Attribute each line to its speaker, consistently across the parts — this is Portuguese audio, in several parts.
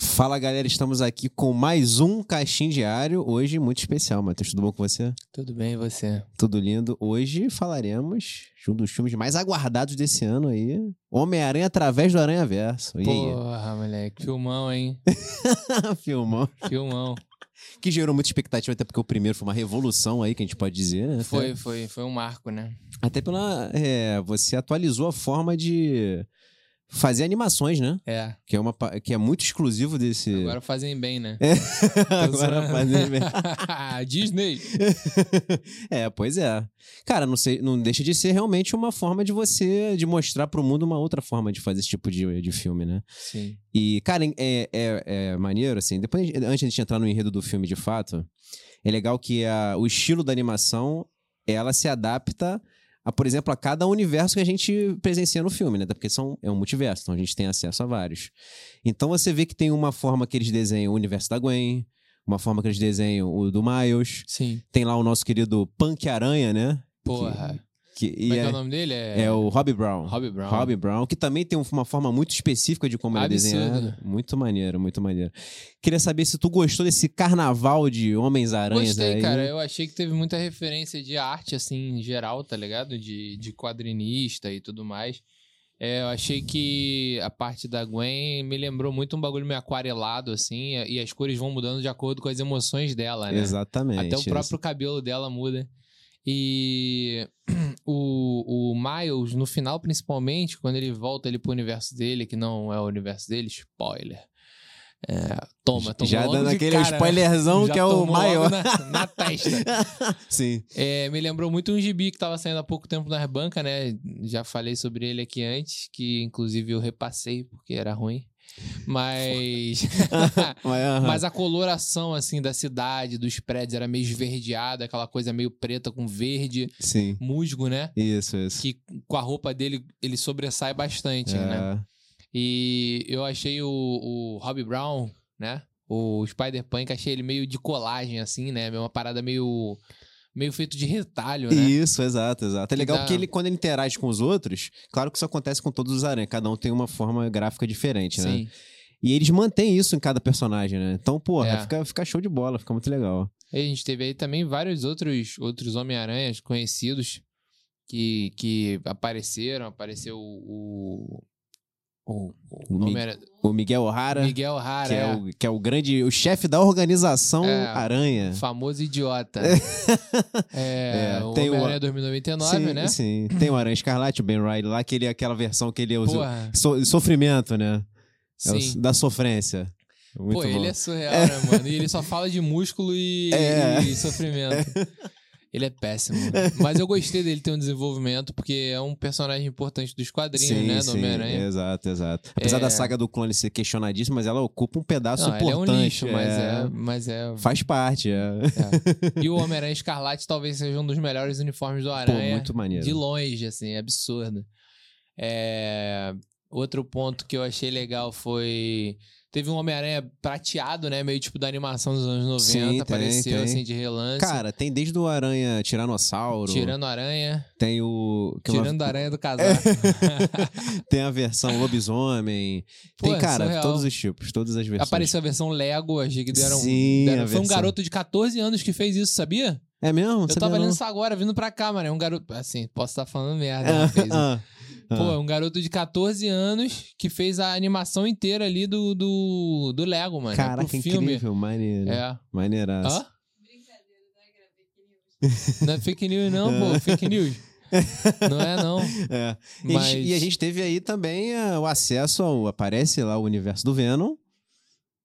Speaker 1: Fala galera, estamos aqui com mais um Caixinho Diário, hoje muito especial, Matheus, tudo bom com você?
Speaker 2: Tudo bem, e você?
Speaker 1: Tudo lindo. Hoje falaremos de um dos filmes mais aguardados desse ano aí, Homem-Aranha através do Aranha Verso.
Speaker 2: Porra, moleque, filmão, hein?
Speaker 1: Ah, Filmão.
Speaker 2: Filmão.
Speaker 1: Que gerou muita expectativa, até porque o primeiro foi uma revolução aí, que a gente pode dizer. né?
Speaker 2: Foi, foi, foi um marco, né?
Speaker 1: Até pela. é, você atualizou a forma de fazer animações, né?
Speaker 2: É.
Speaker 1: Que é, uma, pa- que é muito exclusivo desse.
Speaker 2: Agora né? fazem bem, né?
Speaker 1: Agora fazer mesmo.
Speaker 2: Disney.
Speaker 1: é, pois é. Cara, não, sei, não deixa de ser realmente uma forma de você de mostrar pro mundo uma outra forma de fazer esse tipo de, de filme, né?
Speaker 2: Sim.
Speaker 1: E, cara, é, é, é maneiro, assim, depois, antes de a gente entrar no enredo do filme de fato, é legal que a, o estilo da animação, ela se adapta a, por exemplo, a cada universo que a gente presencia no filme, né? Até Porque são, é um multiverso, então a gente tem acesso a vários. Então você vê que tem uma forma que eles desenham o universo da Gwen, uma forma que eles desenham o do Miles,
Speaker 2: Sim.
Speaker 1: tem lá o nosso querido Punk Aranha, né?
Speaker 2: Porra.
Speaker 1: Que, e
Speaker 2: Como é que é
Speaker 1: é,
Speaker 2: o nome dele? É,
Speaker 1: é o Rob Brown.
Speaker 2: Robbie Brown.
Speaker 1: Rob Brown, que também tem um, uma forma muito específica de como ele é
Speaker 2: Absurdo.
Speaker 1: desenhado. Muito maneiro, muito maneiro. Queria saber se tu gostou desse carnaval de Homens-Aranhas
Speaker 2: Gostei,
Speaker 1: aí.
Speaker 2: cara. é Eu achei que teve muita referência de arte, assim, em geral, tá ligado? De, de quadrinista e tudo mais. É, eu achei que a parte da Gwen me lembrou muito um bagulho meio aquarelado, assim, e as cores vão mudando de acordo com as emoções dela, né?
Speaker 1: Exatamente.
Speaker 2: Até o
Speaker 1: É, isso.
Speaker 2: próprio cabelo dela muda. E o, o Miles, no final, principalmente, quando ele volta ali pro universo dele, que não é o universo dele, spoiler. É, toma, toma
Speaker 1: Já
Speaker 2: logo
Speaker 1: dando
Speaker 2: de
Speaker 1: aquele
Speaker 2: cara, né?
Speaker 1: spoilerzão
Speaker 2: Já
Speaker 1: que é o
Speaker 2: tomou logo
Speaker 1: maior.
Speaker 2: Na, na testa.
Speaker 1: Sim.
Speaker 2: É, me lembrou muito um gibi que tava saindo há pouco tempo na banca, né? Já falei sobre ele aqui antes, que inclusive eu repassei porque era ruim. Mas.
Speaker 1: Mas, aham.
Speaker 2: Mas a coloração, assim, da cidade, dos prédios, era meio esverdeada, aquela coisa meio preta com verde,
Speaker 1: Sim.
Speaker 2: musgo, né?
Speaker 1: Isso, isso.
Speaker 2: Que com a roupa dele, ele sobressai bastante,
Speaker 1: É,
Speaker 2: né? E eu achei o, o Rob Brown, né? O Spider-Punk, achei ele meio de colagem, assim, né? Uma parada meio, meio feito de retalho, né?
Speaker 1: Isso, exato, exato. É
Speaker 2: Que
Speaker 1: legal
Speaker 2: dá-
Speaker 1: porque ele, quando ele interage com os outros, claro que isso acontece com todos os aranhas, cada um tem uma forma gráfica diferente, né?
Speaker 2: Sim.
Speaker 1: E eles mantêm isso em cada personagem, né? Então, porra,
Speaker 2: É.
Speaker 1: fica, fica show de bola, fica muito legal.
Speaker 2: E a gente teve aí também vários outros, outros Homem-Aranhas conhecidos que, que apareceram. Apareceu o. O, o,
Speaker 1: O Mi-
Speaker 2: Homem-Aranha-
Speaker 1: O Miguel O'Hara,
Speaker 2: Miguel Rara,
Speaker 1: que, é
Speaker 2: é
Speaker 1: o, que é o grande, o chefe da organização
Speaker 2: É.
Speaker 1: Aranha.
Speaker 2: o famoso idiota. é,
Speaker 1: É,
Speaker 2: o
Speaker 1: tem o-
Speaker 2: Homem-Aranha 2099,
Speaker 1: sim,
Speaker 2: né?
Speaker 1: sim. Tem o Aranha Escarlate, o Ben Riley lá, que ele é aquela versão que ele usa.
Speaker 2: Porra,
Speaker 1: So- sofrimento, né? É o-
Speaker 2: sim.
Speaker 1: da sofrência. Muito
Speaker 2: Pô,
Speaker 1: bom.
Speaker 2: ele é surreal, né, mano? E ele só fala de músculo e,
Speaker 1: É.
Speaker 2: e sofrimento. Ele é péssimo. Mas eu gostei dele ter um desenvolvimento, porque é um personagem importante dos quadrinhos,
Speaker 1: Sim, É um
Speaker 2: né? Do
Speaker 1: sim,
Speaker 2: Homem-Aranha.
Speaker 1: exato, exato. Apesar
Speaker 2: É.
Speaker 1: da saga do clone ser questionadíssima, mas ela ocupa um pedaço
Speaker 2: Não, ele é um
Speaker 1: importante.
Speaker 2: lixo, mas é.
Speaker 1: é.
Speaker 2: mas é,
Speaker 1: Faz parte, é.
Speaker 2: é. E o Homem-Aranha Escarlate talvez seja um dos melhores uniformes do
Speaker 1: Pô,
Speaker 2: Aranha.
Speaker 1: muito maneiro.
Speaker 2: de longe, assim, é absurdo. É, Outro ponto que eu achei legal foi. Teve um Homem-Aranha prateado, né? Meio tipo da animação dos anos 90.
Speaker 1: Sim, tem,
Speaker 2: apareceu,
Speaker 1: tem.
Speaker 2: assim, de relance.
Speaker 1: Cara, tem desde o Aranha Tiranossauro,
Speaker 2: tirando aranha.
Speaker 1: tem o. que é uma-
Speaker 2: Tirando a aranha do casaco.
Speaker 1: Tem a versão lobisomem.
Speaker 2: Pô, é
Speaker 1: tem, cara,
Speaker 2: surreal.
Speaker 1: todos os tipos, todas as versões.
Speaker 2: Apareceu a versão Lego, achei que deram.
Speaker 1: Sim,
Speaker 2: deram-
Speaker 1: a
Speaker 2: Foi um
Speaker 1: versão.
Speaker 2: garoto de 14 anos que fez isso, sabia?
Speaker 1: É mesmo?
Speaker 2: Eu tava lendo isso agora, vindo pra cá, mano. É um garoto. Assim, posso estar falando merda. mas fez isso.
Speaker 1: ah, ah.
Speaker 2: Pô, é um garoto de 14 anos que fez a animação inteira ali do, do, do Lego, mano. é pro
Speaker 1: Caraca,
Speaker 2: filme.
Speaker 1: incrível, maneiro.
Speaker 2: É.
Speaker 1: Maneiraço.
Speaker 2: Hã? Não é fake news, não, pô. Fake news. Não é, não.
Speaker 1: É. E, a
Speaker 2: Mas...
Speaker 1: gente, e a gente teve aí também ah, o acesso ao. Aparece lá o universo do Venom.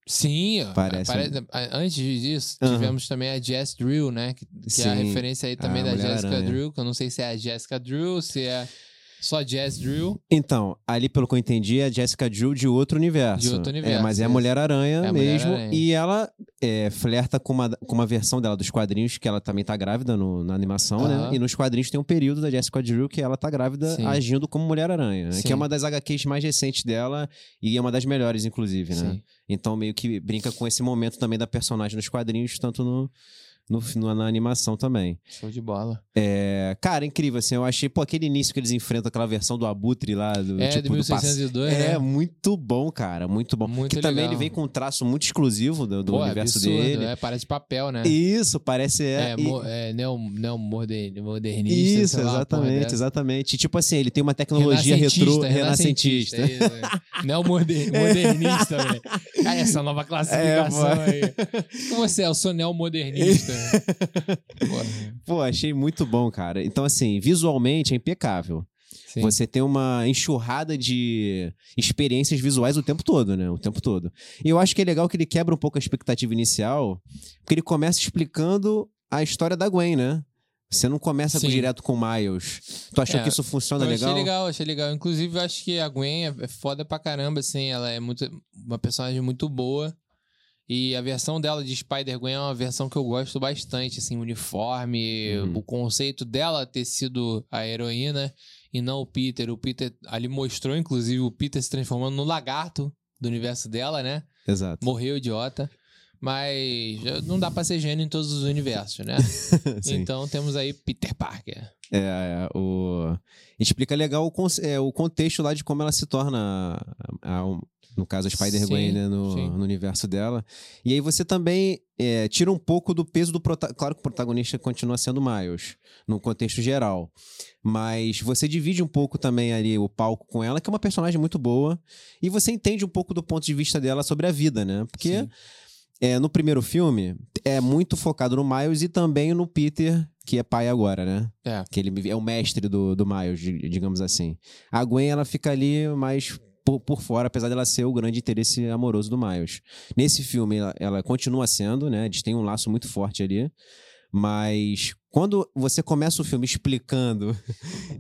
Speaker 2: Sim, ó,
Speaker 1: Parece, um-
Speaker 2: apare- a- antes disso,
Speaker 1: Aham.
Speaker 2: tivemos também a Jess Drill, né? Que, que é a
Speaker 1: Sim,
Speaker 2: referência aí também
Speaker 1: a
Speaker 2: da
Speaker 1: Mulher
Speaker 2: Jessica
Speaker 1: Aranha.
Speaker 2: Drill, que eu não sei se é a Jessica Drill, se é só Jess Drill.
Speaker 1: Então, ali pelo que eu entendi, é a Jessica Drew de outro universo.
Speaker 2: De outro
Speaker 1: É,
Speaker 2: universo,
Speaker 1: mas é a
Speaker 2: isso.
Speaker 1: Mulher Aranha
Speaker 2: É a Mulher
Speaker 1: mesmo.
Speaker 2: Aranha.
Speaker 1: E ela é, flerta com uma, com uma versão dela dos quadrinhos, que ela também tá grávida no- na animação, né?
Speaker 2: Aham.
Speaker 1: E nos quadrinhos tem um período da Jessica Drew que ela tá grávida
Speaker 2: Sim.
Speaker 1: agindo como Mulher Aranha. né?
Speaker 2: Sim.
Speaker 1: Que é uma das HQs mais recentes dela e é uma das melhores, inclusive, né?
Speaker 2: Sim.
Speaker 1: Então meio que brinca com esse momento também da personagem nos quadrinhos, tanto no, no, no- na animação também.
Speaker 2: Show de bola.
Speaker 1: É, cara, incrível, assim. Eu achei, pô, aquele início que eles enfrentam aquela versão do Abutre lá, do
Speaker 2: é,
Speaker 1: tipo
Speaker 2: de
Speaker 1: do passado.
Speaker 2: 1602,
Speaker 1: É,
Speaker 2: né?
Speaker 1: muito bom, cara. Muito bom.
Speaker 2: Muito
Speaker 1: que também
Speaker 2: legal.
Speaker 1: ele vem com um traço muito exclusivo do, do
Speaker 2: Pô,
Speaker 1: universo
Speaker 2: absurdo,
Speaker 1: dele.
Speaker 2: É, parece papel, né?
Speaker 1: Isso, parece.
Speaker 2: É,
Speaker 1: É, e-
Speaker 2: mo- é, neo, neo modernista.
Speaker 1: Isso,
Speaker 2: sei lá, é. uma porra né?
Speaker 1: exatamente,
Speaker 2: dessa.
Speaker 1: exatamente. E, Tipo assim, ele tem uma tecnologia retrô
Speaker 2: é
Speaker 1: renascentista.
Speaker 2: Não modernista, velho. Cara, essa nova classificação aí. Como você é? Eu sou neomodernista. Porra,
Speaker 1: Pô, achei muito bom, cara. Então, assim, visualmente é impecável.
Speaker 2: sim.
Speaker 1: Você tem uma enxurrada de experiências visuais o tempo todo, né? O tempo todo. E eu acho que é legal que ele quebra um pouco a expectativa inicial, porque ele começa explicando a história da Gwen, né? Você não começa com-
Speaker 2: Sim.
Speaker 1: direto com o Miles. Tu achou
Speaker 2: É,
Speaker 1: que isso funciona
Speaker 2: Eu
Speaker 1: legal?
Speaker 2: achei legal, achei legal. Inclusive, eu acho que a Gwen é é foda pra caramba, assim. Ela é muito, uma personagem muito boa. E a versão dela de Spider-Gwen é uma versão que eu gosto bastante, assim, uniforme,
Speaker 1: Uhum.
Speaker 2: o conceito dela ter sido a heroína e não o Peter. O Peter ali mostrou, inclusive, o Peter se transformando no lagarto do universo dela, né?
Speaker 1: Exato.
Speaker 2: Morreu idiota. Mas eh, não dá pra ser gênio em todos os universos, né?
Speaker 1: Sim.
Speaker 2: então temos aí Peter Parker.
Speaker 1: É, é, o... Explica legal o, conce- é, o contexto lá de como ela se torna, a- a- um- no caso, a Spider-Gwen,
Speaker 2: Sim,
Speaker 1: né, no,
Speaker 2: sim.
Speaker 1: no universo dela. E aí você também é, tira um pouco do peso do protagonista. Claro que o protagonista continua sendo Miles, no contexto geral. Mas você divide um pouco também ali o palco com ela, que é uma personagem muito boa. E você entende um pouco do ponto de vista dela sobre a vida, né? Porque
Speaker 2: Sim.
Speaker 1: é, no primeiro filme, é muito focado no Miles e também no Peter, que é pai agora, né?
Speaker 2: É.
Speaker 1: Que ele é o mestre do, do Miles, di- digamos assim. A Gwen, ela fica ali mais por, por fora, apesar dela ser o grande interesse amoroso do Miles. Nesse filme, ela, ela continua sendo, né? Eles têm um laço muito forte ali. Mas quando você começa o filme explicando,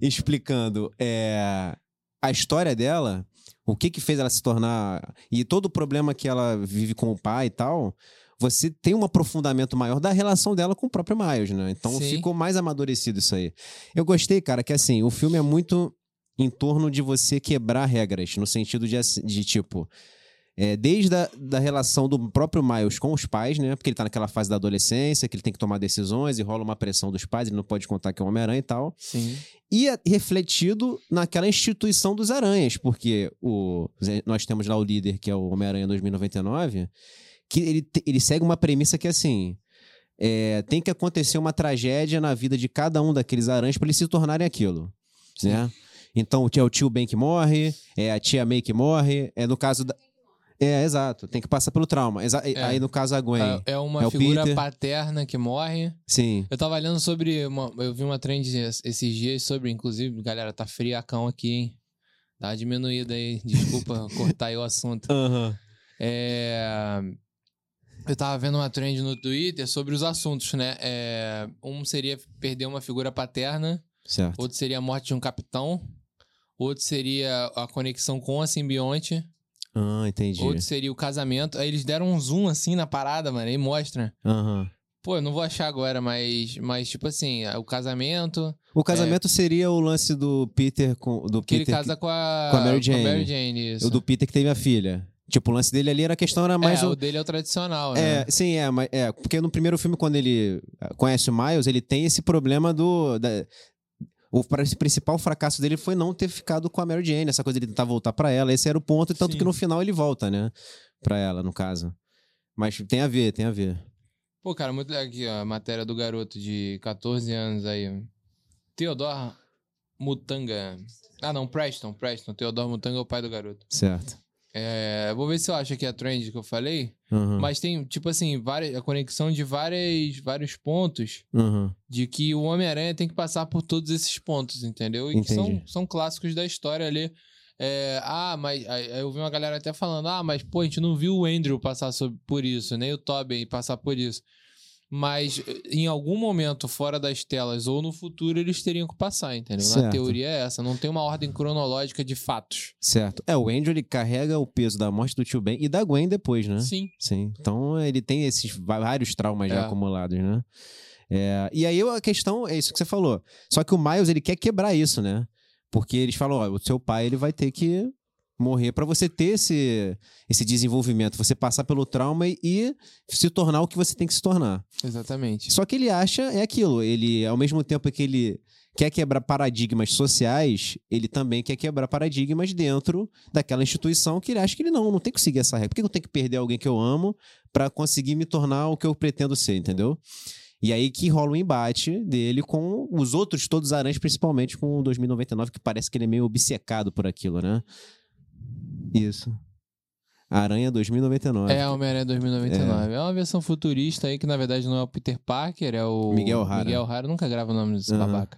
Speaker 1: explicando é, a história dela, o que que fez ela se tornar e todo o problema que ela vive com o pai e tal, você tem um aprofundamento maior da relação dela com o próprio Miles, né? Então
Speaker 2: Sim.
Speaker 1: ficou mais amadurecido isso aí. Eu gostei, cara, que assim, o filme é muito em torno de você quebrar regras, no sentido de, assim- de tipo, é, desde a da relação do próprio Miles com os pais, né? Porque ele tá naquela fase da adolescência, que ele tem que tomar decisões e rola uma pressão dos pais, ele não pode contar que é o Homem-Aranha e tal.
Speaker 2: Sim.
Speaker 1: E é refletido naquela instituição dos aranhas, porque o, nós temos lá o líder, que é o Homem-Aranha 2099, que ele, te- ele segue uma premissa que é assim. é, tem que acontecer uma tragédia na vida de cada um daqueles aranhas para eles se tornarem aquilo
Speaker 2: Sim.
Speaker 1: né? Então é o tio Ben que morre, é a tia May que morre, é no caso da... É, exato, tem que passar pelo trauma. Exa-
Speaker 2: É.
Speaker 1: Aí no caso a Gwen.
Speaker 2: É- É uma
Speaker 1: É o
Speaker 2: figura
Speaker 1: Peter.
Speaker 2: paterna que morre.
Speaker 1: Sim.
Speaker 2: Eu tava lendo sobre. uma- eu vi uma trend es- esses dias sobre, inclusive, galera, tá friacão aqui, hein? Tá diminuída aí. Desculpa cortar aí o assunto. É, Eu tava vendo uma trend no Twitter sobre os assuntos, né? É, Um seria perder uma figura paterna,
Speaker 1: Certo.
Speaker 2: outro seria a morte de um capitão, outro seria a conexão com a simbionte.
Speaker 1: Ah, entendi.
Speaker 2: Outro seria o casamento. Aí eles deram um zoom assim na parada, mano, e mostra.
Speaker 1: Aham.
Speaker 2: Pô, eu não vou achar agora, mas, mas tipo assim, o casamento,
Speaker 1: O casamento seria o lance do Peter com do
Speaker 2: que ele
Speaker 1: Peter
Speaker 2: casa com a,
Speaker 1: com a Mary
Speaker 2: Com
Speaker 1: Jane.
Speaker 2: a Mary Jane
Speaker 1: que...
Speaker 2: isso.
Speaker 1: o do Peter que teve a filha. Tipo, o lance dele ali era a questão era mais
Speaker 2: é,
Speaker 1: o-
Speaker 2: o... dele é o tradicional, né?
Speaker 1: É, sim, é, mas é, porque no primeiro filme, quando ele ah, conhece o Miles, ele tem esse problema do. da- o pra- esse principal fracasso dele foi não ter ficado com a Mary Jane, essa coisa de tentar voltar pra ela. Esse era o ponto, e tanto
Speaker 2: Sim.
Speaker 1: que no final ele volta, né? Pra ela, no caso. Mas tem a ver, tem a ver.
Speaker 2: Pô, cara, muito legal aqui, ó, a matéria do garoto de 14 anos aí. Theodore Mutanga. Ah, não, Preston, Preston. Theodore Mutanga é o pai do garoto.
Speaker 1: Certo.
Speaker 2: É, vou ver se eu acho aqui a trend que eu falei.
Speaker 1: Uhum.
Speaker 2: Mas tem, tipo assim, várias, a conexão de várias, vários pontos.
Speaker 1: Uhum.
Speaker 2: De que o Homem-Aranha tem que passar por todos esses pontos, entendeu? E que são,
Speaker 1: Entendi.
Speaker 2: são clássicos da história ali. É, ah, mas aí aí eu vi uma galera até falando: ah, mas pô, a gente não viu o Andrew passar sob- por isso, nem o Tobin passar por isso. Mas eh, em algum momento fora das telas ou no futuro eles teriam que passar, entendeu? Na
Speaker 1: Certo.
Speaker 2: teoria é essa, não tem uma ordem cronológica de fatos.
Speaker 1: Certo. É, o Andrew ele carrega o peso da morte do tio Ben e da Gwen depois, né?
Speaker 2: Sim.
Speaker 1: Sim. Então ele tem esses va- vários traumas
Speaker 2: É.
Speaker 1: já acumulados, né? É, e aí a questão é isso que você falou. Só que o Miles ele quer quebrar isso, né? Porque eles falam, ó, o seu pai ele vai ter que morrer pra você ter esse, esse desenvolvimento, você passar pelo trauma e, e se tornar o que você tem que se tornar.
Speaker 2: Exatamente.
Speaker 1: Só que ele acha é aquilo, ele ao mesmo tempo que ele quer quebrar paradigmas sociais, ele também quer quebrar paradigmas dentro daquela instituição que ele acha que ele não, não tem que seguir essa regra. Por que eu tenho que perder alguém que eu amo pra conseguir me tornar o que eu pretendo ser, entendeu? E aí que rola o embate dele com os outros todos arantes, principalmente com o 2099, que parece que ele é meio obcecado por aquilo, né? Isso. Aranha 2099.
Speaker 2: É, Homem-Aranha 2099. É. uma versão futurista aí que, na verdade, não é o Peter Parker, é o...
Speaker 1: Miguel O'Hara.
Speaker 2: Miguel O'Hara. Nunca grava o nome desse
Speaker 1: Aham.
Speaker 2: babaca.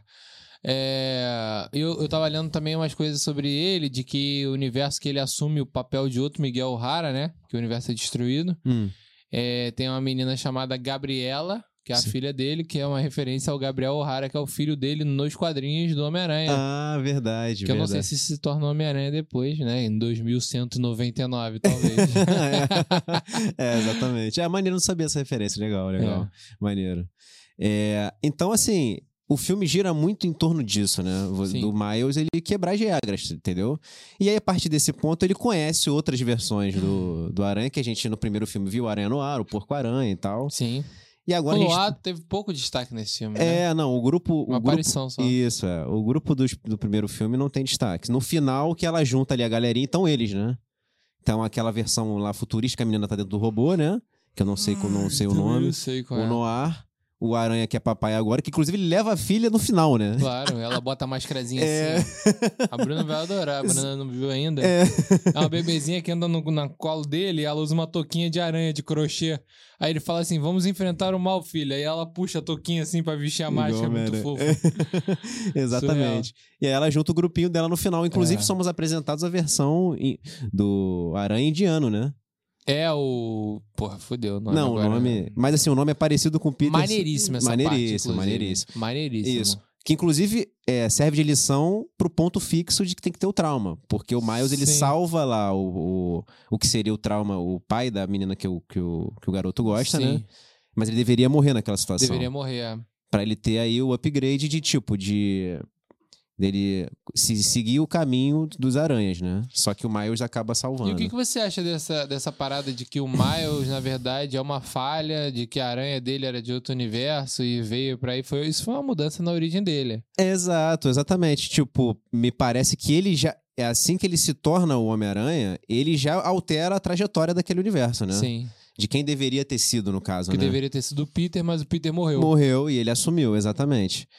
Speaker 2: É, eu, eu tava lendo também umas coisas sobre ele, de que o universo que ele assume o papel de outro Miguel O'Hara, né? Que o universo é destruído.
Speaker 1: Hum.
Speaker 2: É, tem uma menina chamada Gabriela, que é a
Speaker 1: Sim.
Speaker 2: filha dele, que é uma referência ao Gabriel O'Hara, que é o filho dele nos quadrinhos do Homem-Aranha.
Speaker 1: Ah, verdade,
Speaker 2: É. Que eu não sei
Speaker 1: verdade.
Speaker 2: se se torna Homem-Aranha depois, né? Em 2199, talvez.
Speaker 1: é, exatamente. É, maneiro, não sabia essa referência. Legal, legal. Maneiro. É, então, assim, o filme gira muito em torno disso, né? Vo-
Speaker 2: Sim.
Speaker 1: Do Miles, ele quebrar as regras, entendeu? E aí, a partir desse ponto, ele conhece outras versões
Speaker 2: Hum.
Speaker 1: do, do Aranha, que a gente no primeiro filme viu Aranha no ar, o Porco-Aranha e tal.
Speaker 2: Sim.
Speaker 1: E agora
Speaker 2: o
Speaker 1: a gente...
Speaker 2: Loato teve pouco destaque nesse filme, né?
Speaker 1: É, não, o grupo...
Speaker 2: Uma
Speaker 1: o grupo...
Speaker 2: aparição só.
Speaker 1: Isso, é. O grupo dos- do primeiro filme não tem destaque. No final, que ela junta ali a galerinha, então eles, né? Então, aquela versão lá futurística, a menina tá dentro do robô, né? Que eu não sei, qual- não sei o
Speaker 2: Também
Speaker 1: nome.
Speaker 2: Eu sei qual
Speaker 1: O
Speaker 2: é.
Speaker 1: Noir, o Aranha, que é papai agora, que inclusive ele leva a filha no final, né?
Speaker 2: Claro, ela bota a máscarazinha
Speaker 1: É.
Speaker 2: assim. A Bruna vai adorar, a Bruna não viu ainda.
Speaker 1: É.
Speaker 2: É uma bebezinha que anda no, na colo dele e ela usa uma touquinha de aranha de crochê. Aí ele fala assim: vamos enfrentar o mal, filha. Aí ela puxa a touquinha assim pra vestir a máscara, é
Speaker 1: Igual
Speaker 2: muito fofo.
Speaker 1: Homem-Aranha. Exatamente. E aí ela junta o grupinho dela no final. Inclusive,
Speaker 2: É.
Speaker 1: somos apresentados a versão in- do Aranha indiano, né?
Speaker 2: É o. Porra, fudeu. o Nome
Speaker 1: não,
Speaker 2: agora. né?
Speaker 1: o nome. Mas assim, o nome é parecido com o Peter.
Speaker 2: Maneiríssimo essa
Speaker 1: Maneiríssimo, maneiríssimo.
Speaker 2: parte. Maneiríssimo, maneiríssimo.
Speaker 1: Isso. Que inclusive é, serve de lição pro ponto fixo de que tem que ter o trauma. Porque o Miles ele
Speaker 2: Sim.
Speaker 1: salva lá o, o, o que seria o trauma, o pai da menina que o, que o, que o garoto gosta,
Speaker 2: Sim,
Speaker 1: né? Mas ele deveria morrer naquela situação.
Speaker 2: Deveria morrer. é.
Speaker 1: Pra ele ter aí o upgrade de tipo, de. dele se seguir o caminho dos aranhas, né? Só que o Miles acaba
Speaker 2: E o
Speaker 1: salvando.
Speaker 2: que, que você acha dessa, dessa parada de que o Miles, na verdade, é uma falha, de que a aranha dele era de outro universo e veio pra aí? Foi, isso foi uma mudança na origem dele.
Speaker 1: Exato, exatamente. Tipo, me parece que ele já. É assim que ele se torna o Homem-Aranha, ele já altera a trajetória daquele universo, né?
Speaker 2: Sim.
Speaker 1: De quem deveria ter sido, no caso,
Speaker 2: Que
Speaker 1: né?
Speaker 2: deveria ter sido o Peter, mas o Peter morreu.
Speaker 1: Morreu e ele assumiu, exatamente.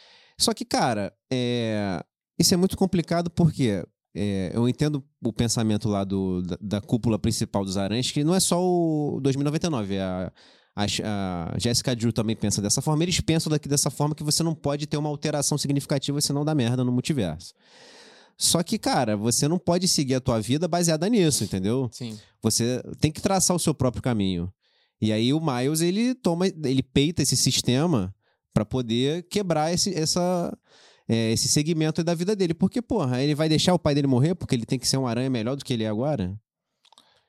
Speaker 1: Só que, cara, é, isso é muito complicado porque é, eu entendo o pensamento lá do, da, da cúpula principal dos Arantes, que não é só o 2099, é a, a, a Jessica Drew também pensa dessa forma. Eles pensam daqui dessa forma que você não pode ter uma alteração significativa senão dá merda no multiverso. Só que, cara, você não pode seguir a tua vida baseada nisso, entendeu?
Speaker 2: Sim.
Speaker 1: Você tem que traçar o seu próprio caminho. E aí o Miles, ele toma, ele peita esse sistema pra poder quebrar esse, essa, é, esse segmento da vida dele. Porque, porra, ele vai deixar o pai dele morrer porque ele tem que ser um aranha melhor do que ele é agora?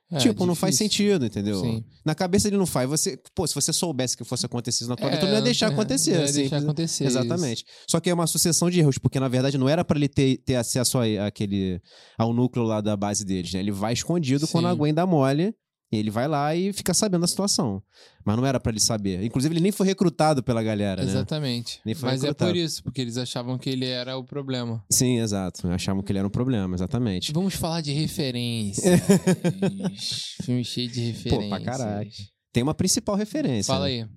Speaker 2: É,
Speaker 1: tipo, não faz
Speaker 2: difícil.
Speaker 1: sentido, entendeu?
Speaker 2: Sim.
Speaker 1: Na cabeça ele não faz. Você, pô, se você soubesse que fosse acontecer isso na tua vida, tu não
Speaker 2: É,
Speaker 1: ia deixar acontecer.
Speaker 2: Não ia
Speaker 1: assim,
Speaker 2: deixar acontecer.
Speaker 1: Exatamente. Só que é uma sucessão de erros, porque na verdade não era pra ele ter, ter acesso a, aquele, ao núcleo lá da base deles, né? Ele vai escondido
Speaker 2: Sim.
Speaker 1: quando a Gwen dá mole, ele vai lá e fica sabendo da situação. Mas não era pra ele saber. Inclusive, ele nem foi recrutado pela galera, né?
Speaker 2: Exatamente.
Speaker 1: Nem foi
Speaker 2: Mas é
Speaker 1: recrutado.
Speaker 2: por isso, porque eles achavam que ele era o problema.
Speaker 1: Sim, exato. Achavam que ele era um problema, exatamente.
Speaker 2: Vamos falar de referências. Filme cheio de
Speaker 1: Pô,
Speaker 2: referências.
Speaker 1: pra caralho. Tem uma principal referência,
Speaker 2: Fala
Speaker 1: né?
Speaker 2: aí.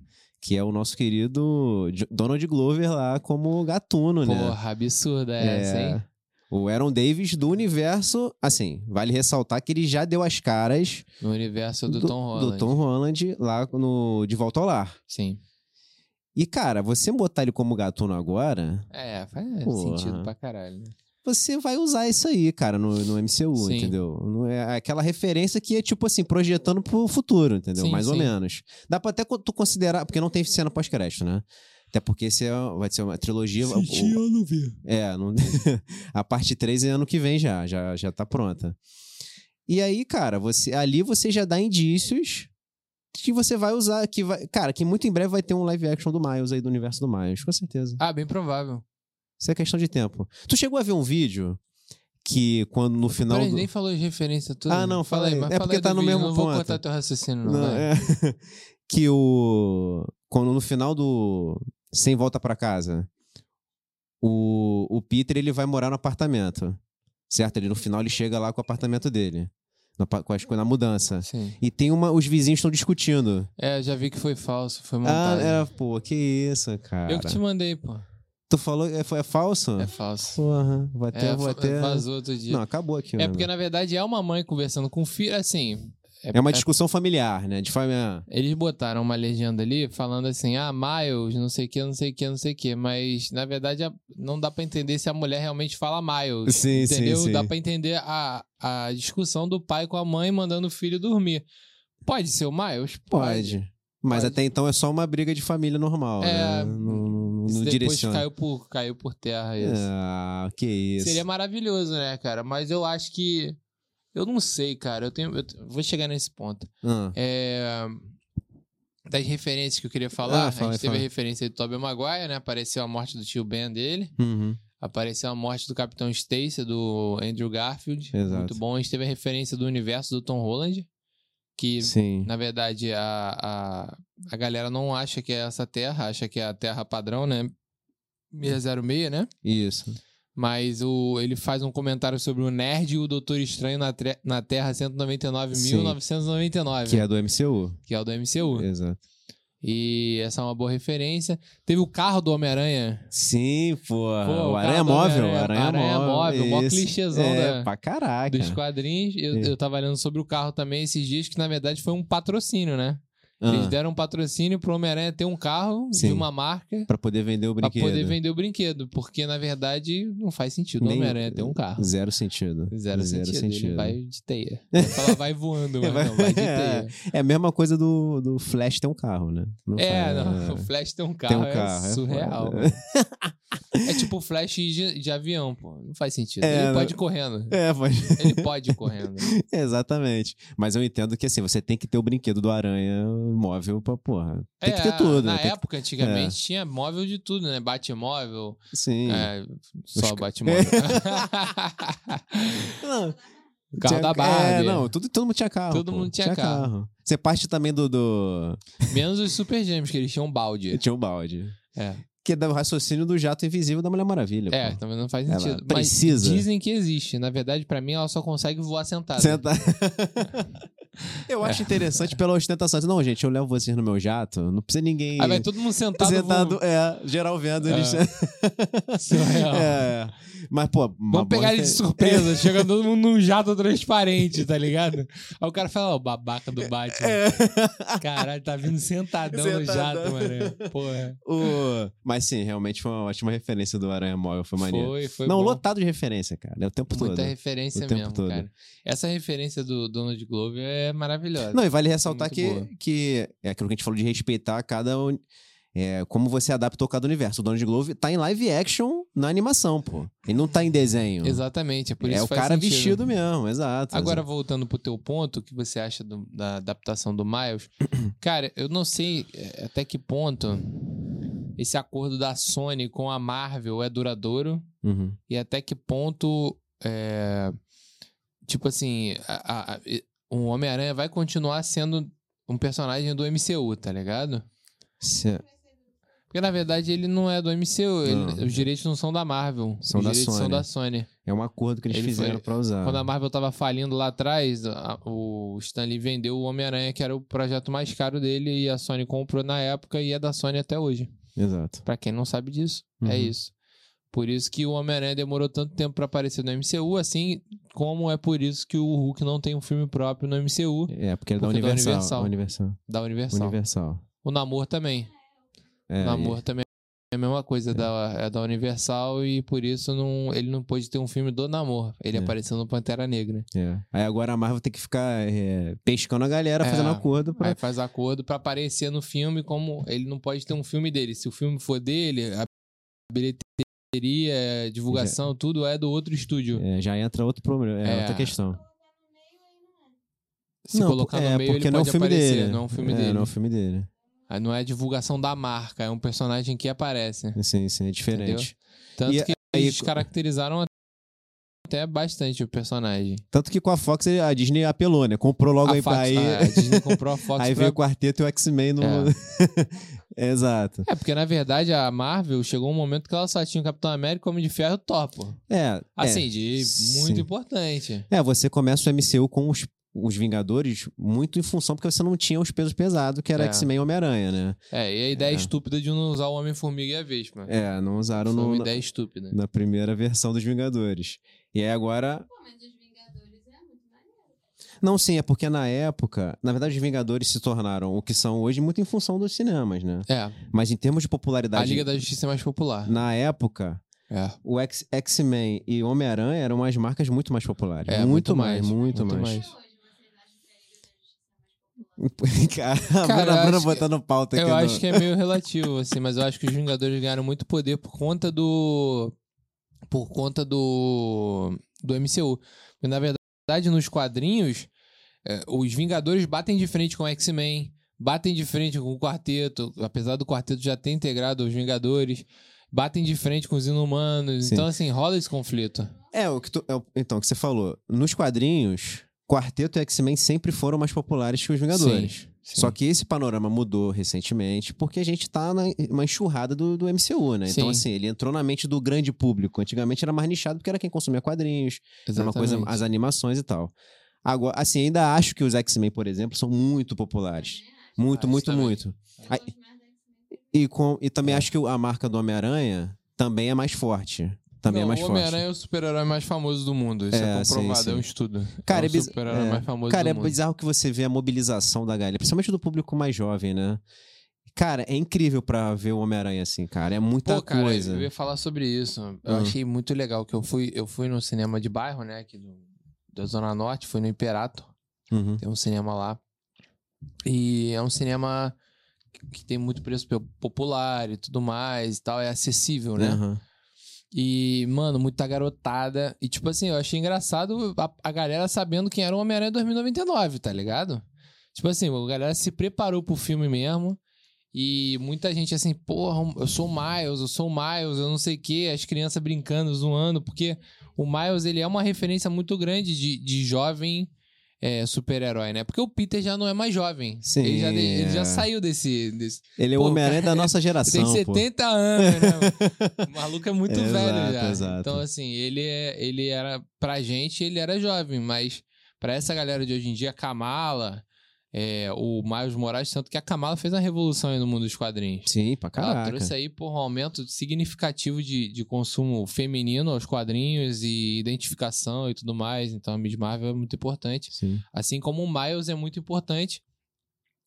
Speaker 1: que é o nosso querido Jo- Donald Glover lá como gatuno, né?
Speaker 2: Porra, absurda essa,
Speaker 1: É.
Speaker 2: hein?
Speaker 1: O Aaron Davis do universo, assim, vale ressaltar que ele já deu as caras
Speaker 2: No universo do, Tom Holland.
Speaker 1: do Tom Holland lá no De Volta ao Lar.
Speaker 2: Sim.
Speaker 1: E, cara, você botar ele como gatuno agora,
Speaker 2: É, faz
Speaker 1: Porra.
Speaker 2: sentido pra caralho. né?
Speaker 1: você vai usar isso aí, cara, no, no MCU,
Speaker 2: Sim.
Speaker 1: entendeu? Não é aquela referência que é, tipo assim, projetando pro futuro, entendeu?
Speaker 2: Sim,
Speaker 1: Mais ou
Speaker 2: sim.
Speaker 1: menos. Dá pra até co- tu considerar, porque não tem cena pós-crédito, né? Até porque esse é- vai ser uma trilogia. o-
Speaker 2: eu não vi.
Speaker 1: É, não- a parte 3 é ano que vem já, já, já tá pronta. E aí, cara, você ali você já dá indícios que você vai usar, que vai, cara, que muito em breve vai ter um live action do Miles aí do universo do Miles, com certeza.
Speaker 2: Ah, bem provável.
Speaker 1: Isso é questão de tempo. Tu chegou a ver um vídeo que quando no final.
Speaker 2: Peraí,
Speaker 1: do-
Speaker 2: nem falou de referência tudo.
Speaker 1: Ah, não, fala
Speaker 2: falei,
Speaker 1: aí.
Speaker 2: mas
Speaker 1: É
Speaker 2: fala
Speaker 1: porque
Speaker 2: aí
Speaker 1: tá
Speaker 2: do
Speaker 1: no
Speaker 2: vídeo,
Speaker 1: mesmo
Speaker 2: não
Speaker 1: ponto.
Speaker 2: vou cortar teu raciocínio, não. né?
Speaker 1: Não,
Speaker 2: vai.
Speaker 1: é. que o. Quando no final do. Sem volta pra casa, o, o Peter ele vai morar no apartamento. Certo? Ele, no final ele chega lá com o apartamento dele. No apa- com as, na mudança.
Speaker 2: Sim.
Speaker 1: E tem uma. Os vizinhos estão discutindo.
Speaker 2: É, eu já vi que foi falso, foi
Speaker 1: Ah,
Speaker 2: montagem.
Speaker 1: era, pô, que isso, cara.
Speaker 2: Eu que te mandei, pô.
Speaker 1: Tu falou. É, foi- é falso?
Speaker 2: É falso.
Speaker 1: Porra, vai até.
Speaker 2: É,
Speaker 1: vou
Speaker 2: fa-
Speaker 1: até...
Speaker 2: vazou outro dia.
Speaker 1: Não, acabou aqui.
Speaker 2: é
Speaker 1: mano.
Speaker 2: porque, na verdade, é uma mãe conversando com o filho, assim...
Speaker 1: É uma discussão familiar, né? De família.
Speaker 2: Eles botaram uma legenda ali falando assim, ah, Miles, não sei o que, não sei o que, não sei o que. Mas, na verdade, a- não dá pra entender se a mulher realmente fala Miles.
Speaker 1: Sim,
Speaker 2: entendeu?
Speaker 1: sim, sim.
Speaker 2: Dá pra entender a, a discussão do pai com a mãe mandando o filho dormir. Pode ser o Miles?
Speaker 1: Pode. Mas
Speaker 2: Pode.
Speaker 1: até então é só uma briga de família normal,
Speaker 2: É,
Speaker 1: né? Não, não,
Speaker 2: Se
Speaker 1: não
Speaker 2: depois
Speaker 1: direciona.
Speaker 2: caiu por, caiu por terra isso.
Speaker 1: Ah, que isso.
Speaker 2: Seria maravilhoso, né, cara? Mas eu acho que... Eu não sei, cara. Eu tenho... eu te- vou chegar nesse ponto.
Speaker 1: Ah,
Speaker 2: É, Das referências que eu queria falar, né?
Speaker 1: Ah, fala aí,
Speaker 2: a gente teve
Speaker 1: fala
Speaker 2: a
Speaker 1: aí.
Speaker 2: referência do Tobey Maguire, né? Apareceu a morte do tio Ben dele.
Speaker 1: uhum.
Speaker 2: Apareceu a morte do Capitão Stacy, do Andrew Garfield.
Speaker 1: Exato.
Speaker 2: Muito bom. A gente teve a referência do universo do Tom Holland, que,
Speaker 1: Sim.
Speaker 2: na verdade, a, a, a galera não acha que é essa terra, acha que é a terra padrão, né?
Speaker 1: Hum.
Speaker 2: 606, né?
Speaker 1: Isso.
Speaker 2: Mas o, ele faz um comentário sobre o Nerd e o Doutor Estranho na, tre- na Terra 199.999,
Speaker 1: Que é do MCU.
Speaker 2: que é o do MCU.
Speaker 1: Exato.
Speaker 2: E essa é uma boa referência. Teve o carro do Homem-Aranha,
Speaker 1: Sim, porra.
Speaker 2: Pô, o
Speaker 1: o
Speaker 2: cara
Speaker 1: Aranha
Speaker 2: do
Speaker 1: Móvel.
Speaker 2: Homem-Aranha-
Speaker 1: Aranha,
Speaker 2: Aranha Móvel, mó
Speaker 1: isso.
Speaker 2: clichêzão
Speaker 1: É,
Speaker 2: da-
Speaker 1: pra caraca.
Speaker 2: dos quadrinhos. Eu,
Speaker 1: É.
Speaker 2: eu tava lendo sobre o carro também esses dias, que na verdade foi um patrocínio, né? Eles
Speaker 1: Ah,
Speaker 2: deram um patrocínio pro Homem-Aranha ter um carro de
Speaker 1: Sim.
Speaker 2: uma marca
Speaker 1: Pra poder vender o
Speaker 2: pra
Speaker 1: brinquedo.
Speaker 2: poder vender o brinquedo. Porque, na verdade, não faz sentido o
Speaker 1: Nem-
Speaker 2: Homem-Aranha ter um carro.
Speaker 1: Zero sentido.
Speaker 2: Zero, sentido. Ele
Speaker 1: sentido.
Speaker 2: vai de teia. Eu ia falar, vai voando, mas
Speaker 1: Vai-
Speaker 2: não, vai de
Speaker 1: É.
Speaker 2: teia.
Speaker 1: É a mesma coisa do, do Flash ter um carro, né? Não
Speaker 2: É,
Speaker 1: faz-
Speaker 2: não, o Flash tem um
Speaker 1: Tem
Speaker 2: carro,
Speaker 1: um carro.
Speaker 2: é
Speaker 1: é
Speaker 2: surreal.
Speaker 1: foda.
Speaker 2: É tipo o Flash de, de avião, pô. Não faz sentido.
Speaker 1: É,
Speaker 2: Ele
Speaker 1: não-
Speaker 2: pode ir correndo.
Speaker 1: É, mas...
Speaker 2: Ele pode ir correndo.
Speaker 1: Exatamente. Mas eu entendo que assim, você tem que ter o brinquedo do aranha móvel pra porra. Tem que
Speaker 2: É,
Speaker 1: ter tudo.
Speaker 2: Na
Speaker 1: né? Tem que-
Speaker 2: época, antigamente, tinha móvel de tudo, né? Batmóvel,
Speaker 1: Sim.
Speaker 2: é,
Speaker 1: Os ca-
Speaker 2: só Batmóvel.
Speaker 1: Não,
Speaker 2: carro
Speaker 1: tinha-
Speaker 2: da Barbie.
Speaker 1: É, não, tudo, todo mundo tinha carro.
Speaker 2: Todo
Speaker 1: pô.
Speaker 2: mundo tinha carro.
Speaker 1: Você parte também do. do...
Speaker 2: Menos os Super Gêmeos, que eles tinham um balde.
Speaker 1: Tinha um balde.
Speaker 2: É,
Speaker 1: Que é do raciocínio do jato invisível da Mulher Maravilha.
Speaker 2: É,
Speaker 1: pô.
Speaker 2: também não faz
Speaker 1: Ela
Speaker 2: sentido. Mas
Speaker 1: precisa.
Speaker 2: dizem que existe. Na verdade, pra mim, ela só consegue voar sentada.
Speaker 1: Sentar. eu
Speaker 2: É.
Speaker 1: acho interessante pela ostentação. Não, gente, eu levo vocês no meu jato. Não precisa ninguém.
Speaker 2: Aí vai todo tá mundo sentado.
Speaker 1: Sentado,
Speaker 2: voando.
Speaker 1: é, geral vendo
Speaker 2: É.
Speaker 1: eles.
Speaker 2: Surreal.
Speaker 1: É. Mas, pô,
Speaker 2: Vamos pegar ele de
Speaker 1: É.
Speaker 2: surpresa. Chega todo mundo num jato transparente, tá ligado? Aí o cara fala, ó, o babaca
Speaker 1: É,
Speaker 2: do Batman. Caralho, tá vindo sentadão, no
Speaker 1: Sentadão.
Speaker 2: jato, é. mano. Porra.
Speaker 1: O- Mas sim, realmente foi uma ótima referência do Aranha Móvel, foi maneiro.
Speaker 2: Foi, foi
Speaker 1: Não,
Speaker 2: bom.
Speaker 1: lotado de referência, cara. É o tempo
Speaker 2: Muita
Speaker 1: todo.
Speaker 2: referência
Speaker 1: O tempo
Speaker 2: mesmo,
Speaker 1: todo.
Speaker 2: cara. Essa referência do Donald Glover é maravilhosa.
Speaker 1: Não, e vale ressaltar
Speaker 2: Muito boa.
Speaker 1: que, que é aquilo que a gente falou de respeitar cada. uni- é, como você adaptou cada universo. O Donald Glover tá em live action na animação, pô. Ele não tá em desenho.
Speaker 2: Exatamente, é por isso
Speaker 1: é
Speaker 2: que
Speaker 1: o
Speaker 2: faz
Speaker 1: cara
Speaker 2: sentido.
Speaker 1: vestido mesmo, exato.
Speaker 2: Agora,
Speaker 1: exato.
Speaker 2: voltando pro teu ponto, o que você acha do- da adaptação do Miles? Cara, eu não sei eh, até que ponto esse acordo da Sony com a Marvel é duradouro.
Speaker 1: Uhum.
Speaker 2: e até que ponto é, tipo assim a, a- a- e- o Homem-Aranha vai continuar sendo um personagem do MCU, tá ligado?
Speaker 1: Cê-
Speaker 2: Porque na verdade ele não é do MCU, ele-
Speaker 1: Não.
Speaker 2: os direitos não são da Marvel,
Speaker 1: São
Speaker 2: os
Speaker 1: da
Speaker 2: direitos são
Speaker 1: Sony.
Speaker 2: da Sony.
Speaker 1: É um acordo que eles
Speaker 2: Ele
Speaker 1: fizeram
Speaker 2: foi-
Speaker 1: pra usar.
Speaker 2: Quando a Marvel tava falindo lá atrás, a- o Stan Lee vendeu o Homem-Aranha, que era o projeto mais caro dele, e a Sony comprou na época e é da Sony até hoje.
Speaker 1: Exato.
Speaker 2: Pra quem não sabe disso,
Speaker 1: Uhum.
Speaker 2: é isso. Por isso que o Homem-Aranha demorou tanto tempo pra aparecer no MCU, assim como é por isso que o Hulk não tem um filme próprio no MCU
Speaker 1: É, porque ele é da
Speaker 2: Porque é da
Speaker 1: Universal.
Speaker 2: Universal.
Speaker 1: Universal.
Speaker 2: da Universal.
Speaker 1: Universal.
Speaker 2: O Namor também.
Speaker 1: É,
Speaker 2: o Namor também é a mesma coisa, é. Da, é da Universal e por isso não, ele não pôde ter um filme do Namor. Ele
Speaker 1: É.
Speaker 2: apareceu no Pantera Negra.
Speaker 1: É. Aí agora a Marvel tem que ficar é, pescando a galera,
Speaker 2: É.
Speaker 1: fazendo acordo pra.
Speaker 2: Aí faz acordo pra aparecer no filme como ele não pode ter um filme dele. Se o filme for dele, a bilheteria, a divulgação, tudo é do outro estúdio.
Speaker 1: É, já entra outro problema, é,
Speaker 2: É.
Speaker 1: outra questão.
Speaker 2: se
Speaker 1: Não,
Speaker 2: colocar
Speaker 1: é,
Speaker 2: no meio,
Speaker 1: porque
Speaker 2: ele
Speaker 1: não é o
Speaker 2: pode
Speaker 1: filme
Speaker 2: aparecer.
Speaker 1: dele.
Speaker 2: Não é um filme
Speaker 1: É,
Speaker 2: dele.
Speaker 1: Não é o filme dele.
Speaker 2: Aí não é a divulgação da marca, é um personagem que aparece.
Speaker 1: Sim, sim, é diferente.
Speaker 2: Tanto
Speaker 1: E
Speaker 2: que
Speaker 1: aí-
Speaker 2: eles caracterizaram até bastante o personagem.
Speaker 1: Tanto que com a Fox a Disney apelou, né? Comprou logo aí
Speaker 2: a Fox,
Speaker 1: pra aí.
Speaker 2: a- a Disney comprou a Fox
Speaker 1: Aí
Speaker 2: pra...
Speaker 1: veio o quarteto e o X-Men no. Exato.
Speaker 2: É, porque na verdade a Marvel chegou um momento que ela só tinha o Capitão América, Homem de Ferro e o Thor, pô.
Speaker 1: É.
Speaker 2: Assim, de muito
Speaker 1: sim.
Speaker 2: importante.
Speaker 1: É, é, você começa o MCU com os, os Vingadores muito em função porque você não tinha os pesos pesados, que era
Speaker 2: É.
Speaker 1: X-Men e Homem-Aranha, né?
Speaker 2: É, e a ideia
Speaker 1: É.
Speaker 2: estúpida de não usar o Homem-Formiga e a Vespa.
Speaker 1: É, não usaram
Speaker 2: Foi uma
Speaker 1: no, na,
Speaker 2: ideia estúpida.
Speaker 1: na primeira versão dos Vingadores. E aí agora.
Speaker 3: Pô, mas os Vingadores é muito maneiro.
Speaker 1: Não, sim, é porque na época, na verdade, os Vingadores se tornaram o que são hoje muito em função dos cinemas, né?
Speaker 2: É,
Speaker 1: Mas em termos de popularidade.
Speaker 2: a Liga da Justiça é mais popular.
Speaker 1: Na época,
Speaker 2: É.
Speaker 1: o X- X-Men e Homem-Aranha eram umas marcas muito mais populares.
Speaker 2: É,
Speaker 1: muito,
Speaker 2: muito
Speaker 1: mais,
Speaker 2: mais,
Speaker 1: muito,
Speaker 2: muito
Speaker 1: mais.
Speaker 2: Mas-
Speaker 3: Até hoje vocês acham que a Liga da Justiça é mais popular.
Speaker 1: Cara,
Speaker 2: Cara,
Speaker 1: a
Speaker 2: eu
Speaker 1: Bruna
Speaker 2: acho que-
Speaker 1: botando pauta aqui.
Speaker 2: Eu
Speaker 1: no-
Speaker 2: acho que é meio relativo, assim, mas eu acho que os Vingadores ganharam muito poder por conta do. Por conta do. Do MCU. Porque, na verdade, nos quadrinhos, eh, os Vingadores batem de frente com o X-Men, batem de frente com o Quarteto, apesar do Quarteto já ter integrado os Vingadores, batem de frente com os Inumanos.
Speaker 1: Sim.
Speaker 2: Então, assim, rola esse conflito.
Speaker 1: É, o que tu- é o- então, o que você falou. Nos quadrinhos, Quarteto e X-Men sempre foram mais populares que os Vingadores.
Speaker 2: Sim, sim.
Speaker 1: Só que esse panorama mudou recentemente porque a gente tá na- numa enxurrada do, do MCU, né? Então,
Speaker 2: Sim.
Speaker 1: assim, ele entrou na mente do grande público. Antigamente era mais nichado porque era quem consumia quadrinhos, era é uma
Speaker 2: Exatamente.
Speaker 1: coisa, as animações e tal. Agora, assim, ainda acho que os X-Men, por exemplo, são muito populares.
Speaker 3: Também acho.
Speaker 1: Muito,
Speaker 2: Ah, isso
Speaker 1: muito,
Speaker 2: também. É.
Speaker 1: muito.
Speaker 3: Eu
Speaker 1: Ai.
Speaker 3: gosto mais da X-Men.
Speaker 1: E, com, e também acho que o- a marca do Homem-Aranha também é mais forte. Também é
Speaker 2: Não,
Speaker 1: mais
Speaker 2: o
Speaker 1: forte.
Speaker 2: Homem-Aranha é o super-herói mais famoso do mundo. Isso é,
Speaker 1: É, sim,
Speaker 2: comprovado,
Speaker 1: sim.
Speaker 2: é um estudo.
Speaker 1: Cara,
Speaker 2: é
Speaker 1: é
Speaker 2: o
Speaker 1: biz-
Speaker 2: super-herói
Speaker 1: é.
Speaker 2: mais famoso
Speaker 1: Cara, é
Speaker 2: do mundo.
Speaker 1: bizarro que você vê a mobilização da galera, principalmente do público mais jovem, né? Cara, é incrível pra ver o Homem-Aranha assim, cara. É muita
Speaker 2: Pô, cara,
Speaker 1: coisa.
Speaker 2: eu ia falar sobre isso. Eu
Speaker 1: Ah.
Speaker 2: achei muito legal que eu fui, eu fui no cinema de bairro, né, aqui do- da Zona Norte, fui no Imperato,
Speaker 1: Uhum.
Speaker 2: tem um cinema lá. E é um cinema que tem muito preço pe- popular e tudo mais e tal, é acessível, né?
Speaker 1: Aham.
Speaker 2: E, mano, muita garotada. E, tipo assim, eu achei engraçado a, a galera sabendo quem era o Homem-Aranha em 2099, tá ligado? Tipo assim, a galera se preparou pro filme mesmo. E muita gente assim, porra, eu sou o Miles, eu sou o Miles, eu não sei o quê. As crianças brincando, zoando, porque o Miles, ele é uma referência muito grande de, de jovem é, super-herói, né? Porque o Peter já não é mais jovem.
Speaker 1: Sim,
Speaker 2: ele, já, de- ele
Speaker 1: é.
Speaker 2: já saiu desse- desse
Speaker 1: Ele é o
Speaker 2: Pô,
Speaker 1: Homem-Aranha da nossa
Speaker 2: tem
Speaker 1: geração. pô.
Speaker 2: 70 anos, né? mano? O maluco é muito
Speaker 1: É, exato,
Speaker 2: velho já.
Speaker 1: exato.
Speaker 2: Então, assim, ele, é, ele era. Pra gente, ele era jovem, mas pra essa galera de hoje em dia, Kamala, é, o Miles Moraes, tanto que a Kamala fez uma revolução aí no mundo dos quadrinhos.
Speaker 1: Sim, pra
Speaker 2: Ela
Speaker 1: caraca.
Speaker 2: Ah, trouxe aí, porra, um aumento significativo de, de consumo feminino aos quadrinhos e identificação e tudo mais. Então, a Miss Marvel é muito importante.
Speaker 1: Sim.
Speaker 2: Assim como o Miles é muito importante.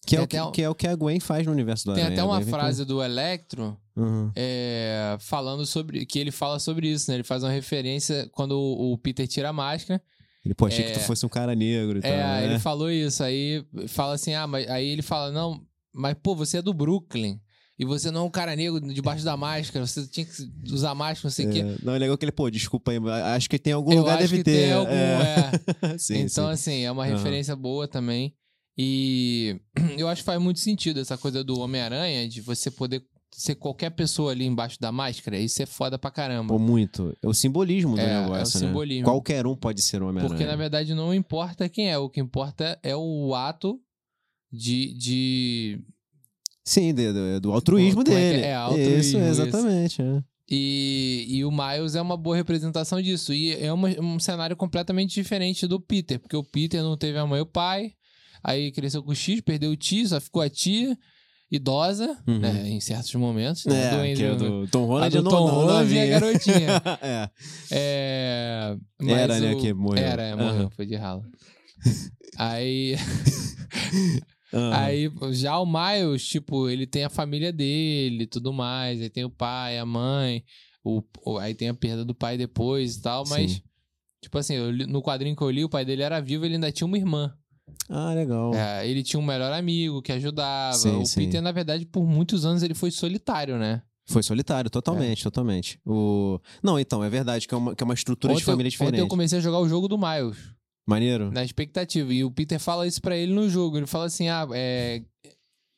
Speaker 1: Que, é
Speaker 2: Tem
Speaker 1: o que,
Speaker 2: até um-
Speaker 1: que é o que a Gwen faz no universo do
Speaker 2: Tem
Speaker 1: Aranha.
Speaker 2: até
Speaker 1: A
Speaker 2: uma
Speaker 1: Gwen vem com-
Speaker 2: frase do Electro
Speaker 1: Uhum.
Speaker 2: é, falando sobre. Que ele fala sobre isso, né? Ele faz uma referência quando o, o Peter tira a máscara.
Speaker 1: Ele, pô, achei que
Speaker 2: É.
Speaker 1: tu fosse um cara negro e tal.
Speaker 2: é, aí
Speaker 1: né?
Speaker 2: ele falou isso. Aí fala assim, ah, mas aí ele fala, não, mas pô, você é do Brooklyn. E você não é um cara negro debaixo da máscara, você tinha que usar máscara, não sei o quê.
Speaker 1: É, Não, é legal que ele, pô, desculpa aí, mas acho que tem algum
Speaker 2: assim Eu
Speaker 1: lugar
Speaker 2: acho
Speaker 1: deve
Speaker 2: que
Speaker 1: ter.
Speaker 2: tem algum,
Speaker 1: é.
Speaker 2: é.
Speaker 1: Sim,
Speaker 2: então,
Speaker 1: sim.
Speaker 2: assim, é uma
Speaker 1: Aham.
Speaker 2: referência boa também. E eu acho que faz muito sentido essa coisa do Homem-Aranha, de você poder ser qualquer pessoa ali embaixo da máscara. Isso é foda pra caramba.
Speaker 1: Pô, muito. É o simbolismo do
Speaker 2: É, é o
Speaker 1: negócio, né?
Speaker 2: simbolismo.
Speaker 1: Qualquer um pode ser um Homem-Aranha.
Speaker 2: Porque, na verdade, não importa quem é. O que importa é o ato de... de...
Speaker 1: Sim, de- do, do altruísmo
Speaker 2: Como é que é?
Speaker 1: dele.
Speaker 2: É, altruísmo,
Speaker 1: Isso,
Speaker 2: isso.
Speaker 1: exatamente. é.
Speaker 2: E, e o Miles é uma boa representação disso. E é uma- um cenário completamente diferente do Peter. Porque o Peter não teve a mãe e o pai. Aí cresceu com o X, perdeu o tio, só ficou a tia... Idosa,
Speaker 1: Uhum.
Speaker 2: né, em certos momentos. né, do
Speaker 1: É,
Speaker 2: Andrew-
Speaker 1: que é do Tom
Speaker 2: A
Speaker 1: Holland
Speaker 2: do
Speaker 1: eu não-
Speaker 2: Tom
Speaker 1: não- não
Speaker 2: Holland e a
Speaker 1: vi.
Speaker 2: garotinha.
Speaker 1: É.
Speaker 2: É, mas
Speaker 1: Era, né,
Speaker 2: o-
Speaker 1: que morreu.
Speaker 2: Era, é, morreu, foi de rala. Aí, Ah.
Speaker 1: Aham.
Speaker 2: aí, já o Miles, tipo, ele tem a família dele e tudo mais. Aí tem o pai, a mãe. O, o- aí tem a perda do pai depois e tal. Mas,
Speaker 1: Sim.
Speaker 2: tipo assim, eu li- no quadrinho que eu li, o pai dele era vivo ele ainda tinha uma irmã.
Speaker 1: Ah, legal.
Speaker 2: É, ele tinha um melhor amigo que ajudava.
Speaker 1: Sim,
Speaker 2: o
Speaker 1: sim.
Speaker 2: Peter, na verdade, por muitos anos ele foi solitário, né?
Speaker 1: Foi solitário, totalmente,
Speaker 2: É.
Speaker 1: totalmente. O... Não, então, é verdade que é uma, que é uma estrutura
Speaker 2: Ontem
Speaker 1: de
Speaker 2: eu-
Speaker 1: família
Speaker 2: ontem
Speaker 1: diferente. Hum.
Speaker 2: eu né? comecei a jogar o jogo do Miles.
Speaker 1: Maneiro?
Speaker 2: na expectativa. E o Peter fala isso pra ele no jogo. Ele fala assim: ah, é,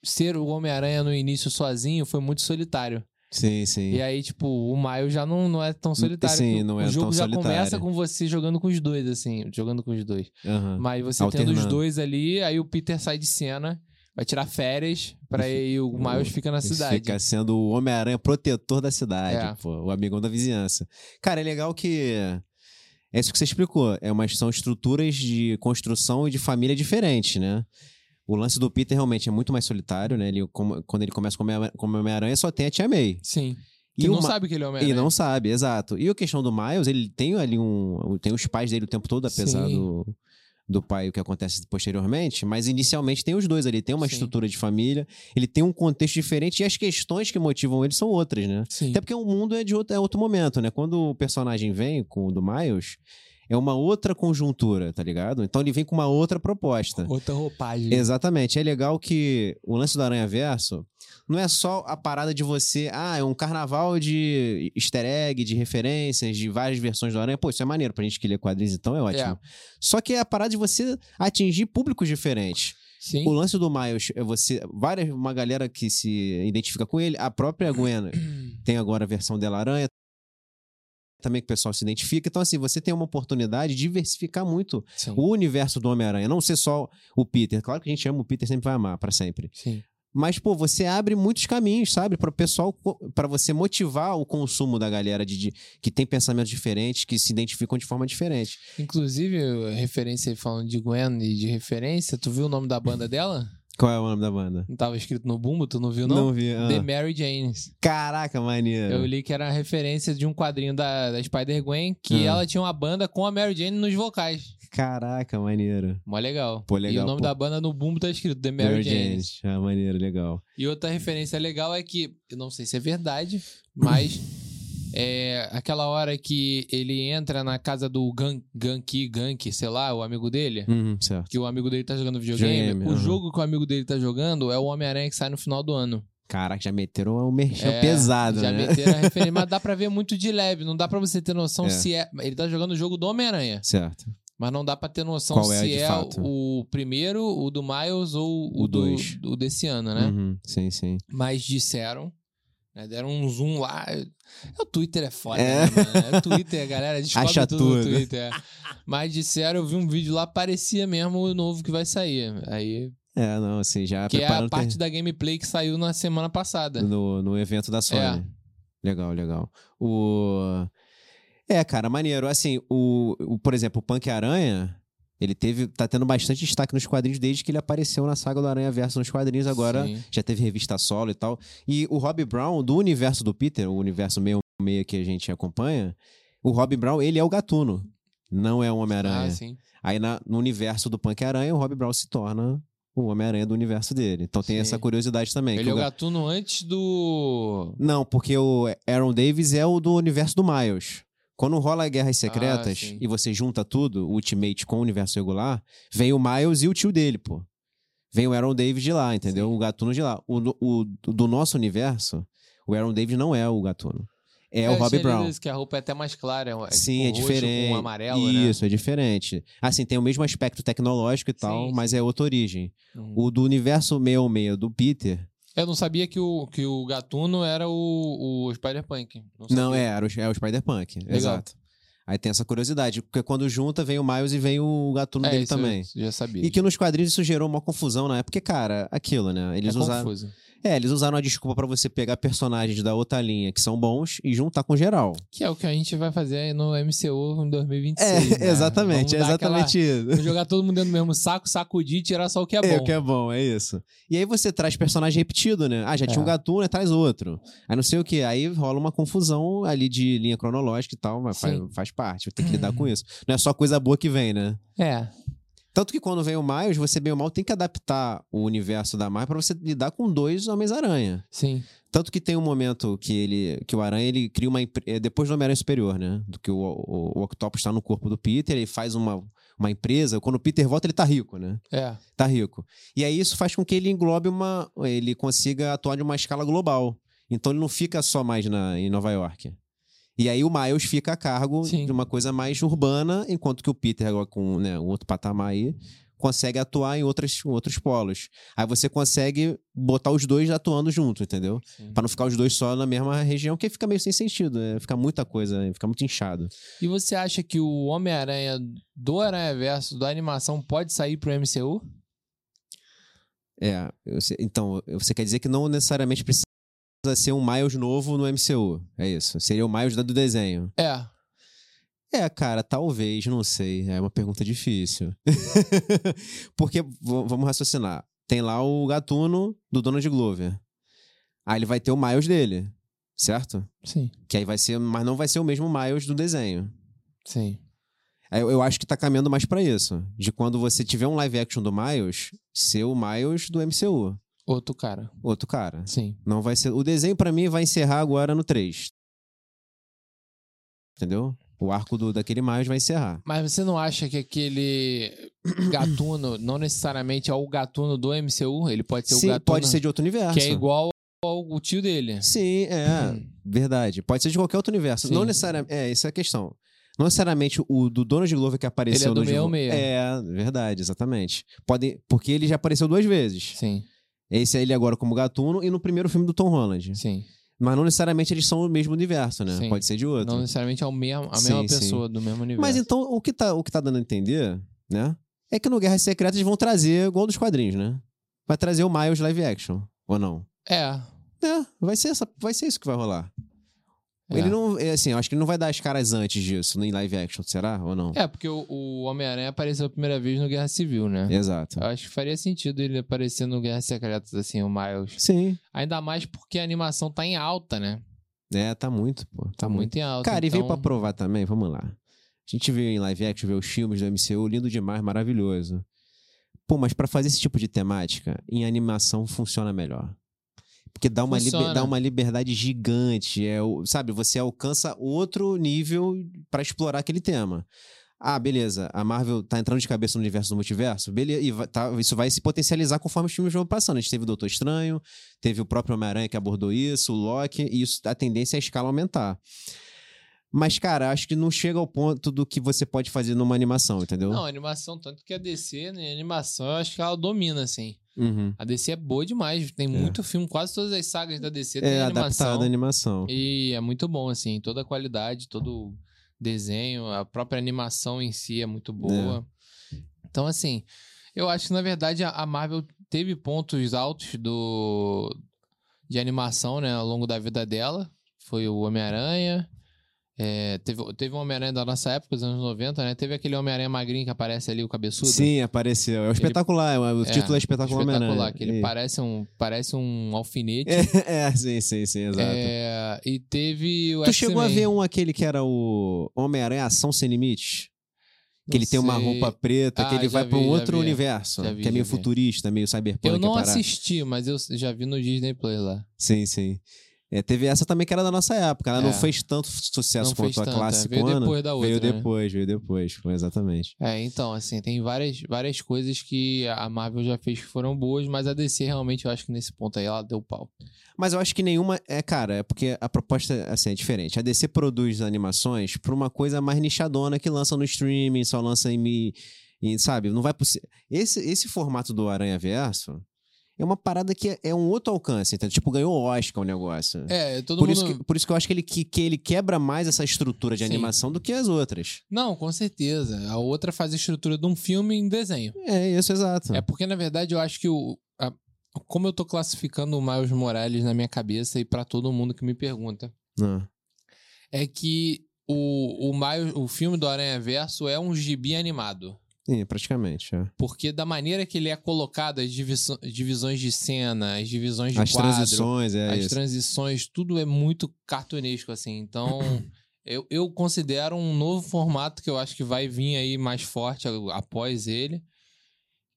Speaker 2: ser o Homem-Aranha no início sozinho foi muito solitário.
Speaker 1: Sim, sim.
Speaker 2: E aí, tipo, o Maio já não, não é tão solitário.
Speaker 1: sim,
Speaker 2: porque
Speaker 1: não
Speaker 2: o
Speaker 1: é
Speaker 2: jogo
Speaker 1: tão
Speaker 2: já
Speaker 1: solitário.
Speaker 2: começa com você jogando com os dois, assim, jogando com os dois.
Speaker 1: Aham.
Speaker 2: Mas você tendo os
Speaker 1: Alternando.
Speaker 2: dois ali, aí o Peter sai de cena, vai tirar férias,
Speaker 1: Uhum.
Speaker 2: pra e o Miles fica na
Speaker 1: Ele
Speaker 2: cidade.
Speaker 1: Fica sendo o Homem-Aranha protetor da cidade,
Speaker 2: É.
Speaker 1: pô, o amigão da vizinhança. Cara, é legal que. É isso que você explicou. É uma, são estruturas de construção e de família diferentes, né? O lance do Peter realmente é muito mais solitário, né? Ele, como- quando ele começa como Homem- como Homem-Aranha, só tem a Tia May.
Speaker 2: Sim.
Speaker 1: E
Speaker 2: Que
Speaker 1: o
Speaker 2: não
Speaker 1: Ma-
Speaker 2: sabe que ele é o
Speaker 1: E
Speaker 2: Homem-Aranha.
Speaker 1: não sabe, exato. E a questão do Miles, ele tem ali um. Tem os pais dele o tempo todo, apesar
Speaker 2: Sim.
Speaker 1: do, do pai, o que acontece posteriormente, mas inicialmente tem os dois ali. Tem uma
Speaker 2: Sim.
Speaker 1: estrutura de família, ele tem um contexto diferente e as questões que motivam ele são outras, né?
Speaker 2: Sim.
Speaker 1: Até porque o mundo é de outro, é outro momento, né? Quando o personagem vem com o do Miles, é uma outra conjuntura, tá ligado? Então ele vem com uma outra proposta.
Speaker 2: Outra roupagem.
Speaker 1: Exatamente. É legal que o lance do Aranha Verso não é só a parada de você. Ah, é um carnaval de easter egg, de referências, de várias versões do Aranha. Pô, isso é maneiro pra gente que lê quadrinhos, então é ótimo.
Speaker 2: É.
Speaker 1: Só que é a parada de você atingir públicos diferentes.
Speaker 2: Sim.
Speaker 1: O lance do Miles é você. Várias, uma galera que se identifica com ele, a própria Gwen tem agora a versão dela aranha. Também que o pessoal se identifica. Então, assim, você tem uma oportunidade de diversificar muito
Speaker 2: Sim.
Speaker 1: o universo do Homem-Aranha, não ser só o Peter. Claro que a gente ama o Peter, sempre vai amar, pra sempre.
Speaker 2: Sim.
Speaker 1: Mas, pô, você abre muitos caminhos, sabe? Para o pessoal, para você motivar o consumo da galera de, de- que tem pensamentos diferentes, que se identificam de forma diferente.
Speaker 2: Inclusive, referência aí falando de Gwen e de referência, tu viu o nome da banda dela?
Speaker 1: Qual é o nome da banda?
Speaker 2: Não tava escrito no bumbo, tu não viu, não?
Speaker 1: vi. ah.
Speaker 2: The Mary Janes.
Speaker 1: Caraca, maneiro.
Speaker 2: Eu li que era a referência de um quadrinho da, da Spider-Gwen que
Speaker 1: Ah.
Speaker 2: ela tinha uma banda com a Mary Jane nos vocais.
Speaker 1: Caraca, maneiro.
Speaker 2: Mó legal.
Speaker 1: Pô, legal,
Speaker 2: E o nome
Speaker 1: pô.
Speaker 2: da banda no bumbo tá escrito The Mary, Jane.
Speaker 1: Ah, maneiro, legal.
Speaker 2: E outra referência legal é que, eu não sei se é verdade, mas é aquela hora que ele entra na casa do Gan- Ganki, Ganki, sei lá, o amigo dele,
Speaker 1: Uhum, certo.
Speaker 2: que o amigo dele tá jogando videogame.
Speaker 1: Videogame,
Speaker 2: o
Speaker 1: aham.
Speaker 2: jogo que o amigo dele tá jogando é o Homem-Aranha que sai no final do ano.
Speaker 1: Caraca, já meteram um merchan
Speaker 2: É,
Speaker 1: pesado,
Speaker 2: Já
Speaker 1: né?
Speaker 2: meteram a referência, mas dá pra ver muito de leve, não dá pra você ter noção
Speaker 1: É.
Speaker 2: se é. Ele tá jogando o jogo do Homem-Aranha,
Speaker 1: Certo.
Speaker 2: mas não dá pra ter noção
Speaker 1: Qual é,
Speaker 2: se
Speaker 1: de
Speaker 2: é,
Speaker 1: fato.
Speaker 2: o primeiro, o do Miles ou o,
Speaker 1: O
Speaker 2: do,
Speaker 1: dois.
Speaker 2: o desse ano, né?
Speaker 1: Uhum, sim, sim.
Speaker 2: Mas disseram, né, deram um zoom lá. É, O Twitter é foda,
Speaker 1: É.
Speaker 2: né, mano? É o Twitter, a galera descobre
Speaker 1: Acha
Speaker 2: tudo, no
Speaker 1: tudo.
Speaker 2: Twitter. é. Mas disseram, eu vi um vídeo lá, parecia mesmo o novo que vai sair. Aí,
Speaker 1: É, não, assim, já
Speaker 2: que é a
Speaker 1: preparando... ter-
Speaker 2: parte da gameplay que saiu na semana passada.
Speaker 1: No, no evento da Sony.
Speaker 2: É.
Speaker 1: Legal, legal. O... É, cara, maneiro. Assim, o, o- por exemplo, o Punk Aranha, ele teve, tá tendo bastante destaque nos quadrinhos desde que ele apareceu na saga do Aranha Verso nos quadrinhos. Agora
Speaker 2: Sim.
Speaker 1: já teve revista solo e tal. E o Rob Brown, do universo do Peter, o universo meio meia que a gente acompanha, o Rob Brown, ele é o gatuno. Não é o Homem-Aranha.
Speaker 2: Ah, sim.
Speaker 1: Aí na- no universo do Punk Aranha, o Rob Brown se torna o Homem-Aranha do universo dele. Então tem
Speaker 2: Sim.
Speaker 1: essa curiosidade também. que
Speaker 2: Ele é o
Speaker 1: ga-
Speaker 2: gatuno antes do.
Speaker 1: não, porque o Aaron Davis é o do universo do Miles. Quando rola Guerras Secretas
Speaker 2: Ah, sim.
Speaker 1: e você junta tudo, o Ultimate com o universo regular, vem o Miles e o tio dele, pô. Vem o Aaron Davis de lá, entendeu? O gatuno de lá. O, do- o do nosso universo, o Aaron Davis não é o gatuno. É, o
Speaker 2: Eu
Speaker 1: Rob
Speaker 2: achei
Speaker 1: Brown.
Speaker 2: lindo isso, que a roupa é até mais clara. É,
Speaker 1: Sim, é
Speaker 2: tipo, roxo
Speaker 1: diferente.
Speaker 2: Com amarelo, né?
Speaker 1: Isso, é diferente. Assim, tem o mesmo aspecto tecnológico e tal,
Speaker 2: Sim,
Speaker 1: mas é outra origem.
Speaker 2: né? Uhum.
Speaker 1: O do universo 616 do Peter.
Speaker 2: Eu não sabia que o, que o gatuno era o, o Spider-Punk.
Speaker 1: Não,
Speaker 2: sabia.
Speaker 1: é, era o, é o Spider-Punk.
Speaker 2: Legal.
Speaker 1: Exato. Aí tem essa curiosidade, porque quando junta vem o Miles e vem o gatuno dele
Speaker 2: É, isso eu
Speaker 1: também.
Speaker 2: Já sabia.
Speaker 1: E que nos quadrinhos isso gerou uma confusão na época, porque, cara, aquilo, né? Eles
Speaker 2: é
Speaker 1: usaram.
Speaker 2: confuso.
Speaker 1: É, eles usaram a desculpa pra você pegar personagens da outra linha que são bons e juntar com geral.
Speaker 2: Que é o que a gente vai fazer no MCU em 2026.
Speaker 1: É,
Speaker 2: né?
Speaker 1: exatamente,
Speaker 2: Vamos
Speaker 1: é
Speaker 2: dar
Speaker 1: exatamente isso.
Speaker 2: aquela- Jogar todo mundo dentro do mesmo saco, sacudir e tirar só o que é bom.
Speaker 1: É, o que é bom, é isso. E aí você traz personagem repetido, né? Ah, já tinha
Speaker 2: É.
Speaker 1: um gatuno, né? traz outro. Aí não sei o que. Aí rola uma confusão ali de linha cronológica e tal, mas faz,
Speaker 2: Sim.
Speaker 1: faz parte, tem que lidar com isso. Não é só coisa boa que vem, né?
Speaker 2: É.
Speaker 1: Tanto que quando vem o Miles, você bem ou mal tem que adaptar o universo da Marvel pra você lidar com dois Homens-Aranha.
Speaker 2: sim.
Speaker 1: Tanto que tem um momento que ele que o Aranha ele cria uma empre- é, depois do Homem-Aranha Superior, né? Do que o, o, o Octopus está no corpo do Peter, ele faz uma, uma empresa, quando o Peter volta ele tá rico, né?
Speaker 2: É.
Speaker 1: tá rico. E aí isso faz com que ele englobe uma. ele consiga atuar de uma escala global. Então ele não fica só mais na, em Nova York. E aí o Miles fica a cargo
Speaker 2: Sim.
Speaker 1: de uma coisa mais urbana, enquanto que o Peter, agora com né, um outro patamar aí, consegue atuar em outras, em outros polos. Aí você consegue botar os dois atuando junto, entendeu?
Speaker 2: Sim.
Speaker 1: Pra não ficar os dois só na mesma região, que fica meio sem sentido, né? Fica muita coisa, fica muito inchado.
Speaker 2: E você acha que o Homem-Aranha do Aranha Verso, da animação, pode sair pro MCU?
Speaker 1: É, eu sei- então, você quer dizer que não necessariamente precisa ser um Miles novo no MCU. É isso. Seria o Miles da- do desenho.
Speaker 2: É.
Speaker 1: É, cara, talvez, não sei. É uma pergunta difícil. Porque, v- vamos raciocinar. Tem lá o gatuno do Donald Glover. Aí ele vai ter o Miles dele, certo?
Speaker 2: Sim.
Speaker 1: Que aí vai ser, mas não vai ser o mesmo Miles do desenho.
Speaker 2: Sim.
Speaker 1: Aí Eu, eu acho que tá caminhando mais pra isso. De quando você tiver um live action do Miles, ser o Miles do MCU.
Speaker 2: Outro cara.
Speaker 1: Outro cara.
Speaker 2: Sim.
Speaker 1: Não vai ser. O desenho, pra mim, vai encerrar agora no 3. Entendeu? O arco do, daquele Miles vai encerrar.
Speaker 2: Mas você não acha que aquele gatuno, não necessariamente é o gatuno do MCU? Ele pode ser
Speaker 1: Sim,
Speaker 2: o gatuno
Speaker 1: pode ser de outro universo.
Speaker 2: que é igual ao, ao tio dele.
Speaker 1: Sim, é. Verdade. Pode ser de qualquer outro universo.
Speaker 2: Sim.
Speaker 1: Não necessariamente. É, essa é a questão. Não necessariamente o do Donald Glover que apareceu
Speaker 2: Ele é do
Speaker 1: no Glo-
Speaker 2: 66.
Speaker 1: É, verdade, exatamente. Pode... Porque ele já apareceu duas vezes.
Speaker 2: Sim,
Speaker 1: Esse é ele agora como gatuno e no primeiro filme do Tom Holland.
Speaker 2: sim.
Speaker 1: Mas não necessariamente eles são o mesmo universo, né?
Speaker 2: Sim.
Speaker 1: Pode ser de
Speaker 2: Não
Speaker 1: outro.
Speaker 2: necessariamente é o mesmo, a
Speaker 1: Sim,
Speaker 2: mesma
Speaker 1: sim.
Speaker 2: pessoa do mesmo universo.
Speaker 1: Mas então, o que, tá, o que tá dando a entender, né? É que no Guerras Secretas vão trazer, igual dos quadrinhos, né? Vai trazer o Miles live action, ou não?
Speaker 2: É.
Speaker 1: É, vai ser, essa, vai ser isso que vai rolar.
Speaker 2: É.
Speaker 1: Ele não, é assim, eu acho que ele não vai dar as caras antes disso, nem live action, será? Ou não?
Speaker 2: É, porque o, o Homem-Aranha apareceu a primeira vez no Guerra Civil, né?
Speaker 1: Exato.
Speaker 2: Eu acho que faria sentido ele aparecer no Guerra Secretas, assim, o Miles.
Speaker 1: Sim.
Speaker 2: Ainda mais porque a animação tá em alta, né?
Speaker 1: É, tá muito, pô. Tá,
Speaker 2: Tá
Speaker 1: muito.
Speaker 2: muito em alta.
Speaker 1: Cara, e
Speaker 2: então...
Speaker 1: veio pra provar também, vamos lá. A gente veio em live action, veio os filmes do MCU, lindo demais, maravilhoso. Pô, mas pra fazer esse tipo de temática, em animação funciona melhor. Porque dá uma, liber-
Speaker 2: Funciona.
Speaker 1: dá uma liberdade gigante. É, o- sabe, você alcança outro nível pra explorar aquele tema. Ah, beleza. A Marvel tá entrando de cabeça no universo do multiverso. Beleza. E vai- tá- isso vai se potencializar conforme os filmes vão passando. A gente teve o Doutor Estranho, teve o próprio Homem-Aranha que abordou isso, o Loki, e isso, a tendência é a escala aumentar. Mas, cara, acho que não chega ao ponto do que você pode fazer numa animação, entendeu?
Speaker 2: Não, a animação, tanto que a DC, né? A animação, eu acho que ela domina, assim.
Speaker 1: Uhum.
Speaker 2: A DC é boa demais. Tem muito filme, quase todas as sagas da DC tem
Speaker 1: É
Speaker 2: animação.
Speaker 1: adaptada à animação.
Speaker 2: E é muito bom, assim, toda a qualidade, todo o desenho, a própria animação em si é muito boa. Então, assim, eu acho que na verdade a- a Marvel teve pontos altos do de animação, né, ao longo da vida dela. Foi o Homem-Aranha. é, teve, teve um Homem-Aranha da nossa época, dos anos 90, né? Teve aquele Homem-Aranha magrinho que aparece ali, o cabeçudo.
Speaker 1: Sim, apareceu. É o espetacular. é O
Speaker 2: É,
Speaker 1: título é espetacular,
Speaker 2: espetacular,
Speaker 1: Homem-Aranha.
Speaker 2: que ele
Speaker 1: E-
Speaker 2: parece um, parece um alfinete.
Speaker 1: É, sim, sim, sim, exato.
Speaker 2: É, e teve o
Speaker 1: Tu chegou a
Speaker 2: X-Men.
Speaker 1: ver um aquele que era o Homem-Aranha Ação Sem Limites? um Que
Speaker 2: Não
Speaker 1: ele tem uma
Speaker 2: sei.
Speaker 1: roupa preta, que
Speaker 2: Ah,
Speaker 1: ele
Speaker 2: já
Speaker 1: vai pra um
Speaker 2: vi, já
Speaker 1: outro
Speaker 2: vi.
Speaker 1: universo,
Speaker 2: Já vi,
Speaker 1: que é meio
Speaker 2: já vi.
Speaker 1: futurista, meio cyberpunk.
Speaker 2: Eu não
Speaker 1: a parada.
Speaker 2: assisti, mas eu já vi no Disney Play lá.
Speaker 1: Sim, sim. É, teve essa também que era da nossa época. Ela não
Speaker 2: É.
Speaker 1: fez tanto sucesso
Speaker 2: Não fez
Speaker 1: quanto a
Speaker 2: tanto, é.
Speaker 1: clássica.
Speaker 2: Veio depois da outra,
Speaker 1: Veio
Speaker 2: né?
Speaker 1: depois, veio depois. Foi exatamente.
Speaker 2: É, então, assim, tem várias, várias coisas que a Marvel já fez que foram boas, mas a DC realmente eu acho que nesse ponto aí ela deu pau.
Speaker 1: Mas eu acho que nenhuma. É, cara, é porque a proposta assim, é diferente. A DC produz animações pra uma coisa mais nichadona que lança no streaming, só lança em. mi- em sabe? Não vai possível. Esse, esse formato do Aranha Verso é uma parada que é, é um outro alcance, entendeu? Tipo, ganhou o Oscar o negócio.
Speaker 2: É, todo
Speaker 1: por,
Speaker 2: mundo.
Speaker 1: isso que, por isso que eu acho que ele, que, que ele quebra mais essa estrutura de
Speaker 2: Sim.
Speaker 1: animação do que as outras.
Speaker 2: Não, com certeza. A outra faz a estrutura de um filme em desenho.
Speaker 1: É, isso, exato.
Speaker 2: É porque, na verdade, eu acho que o. a- Como eu tô classificando o Miles Morales na minha cabeça e pra todo mundo que me pergunta,
Speaker 1: Ah,
Speaker 2: é que o, o, Miles, o filme do Aranha Verso é um gibi animado.
Speaker 1: sim, praticamente. é.
Speaker 2: Porque da maneira que ele é colocado, as diviso- divisões de cena, as divisões de
Speaker 1: As
Speaker 2: quadro,
Speaker 1: transições, é
Speaker 2: as
Speaker 1: isso.
Speaker 2: transições, tudo é muito cartunesco, assim. Então, eu, eu considero um novo formato que eu acho que vai vir aí mais forte a- após ele,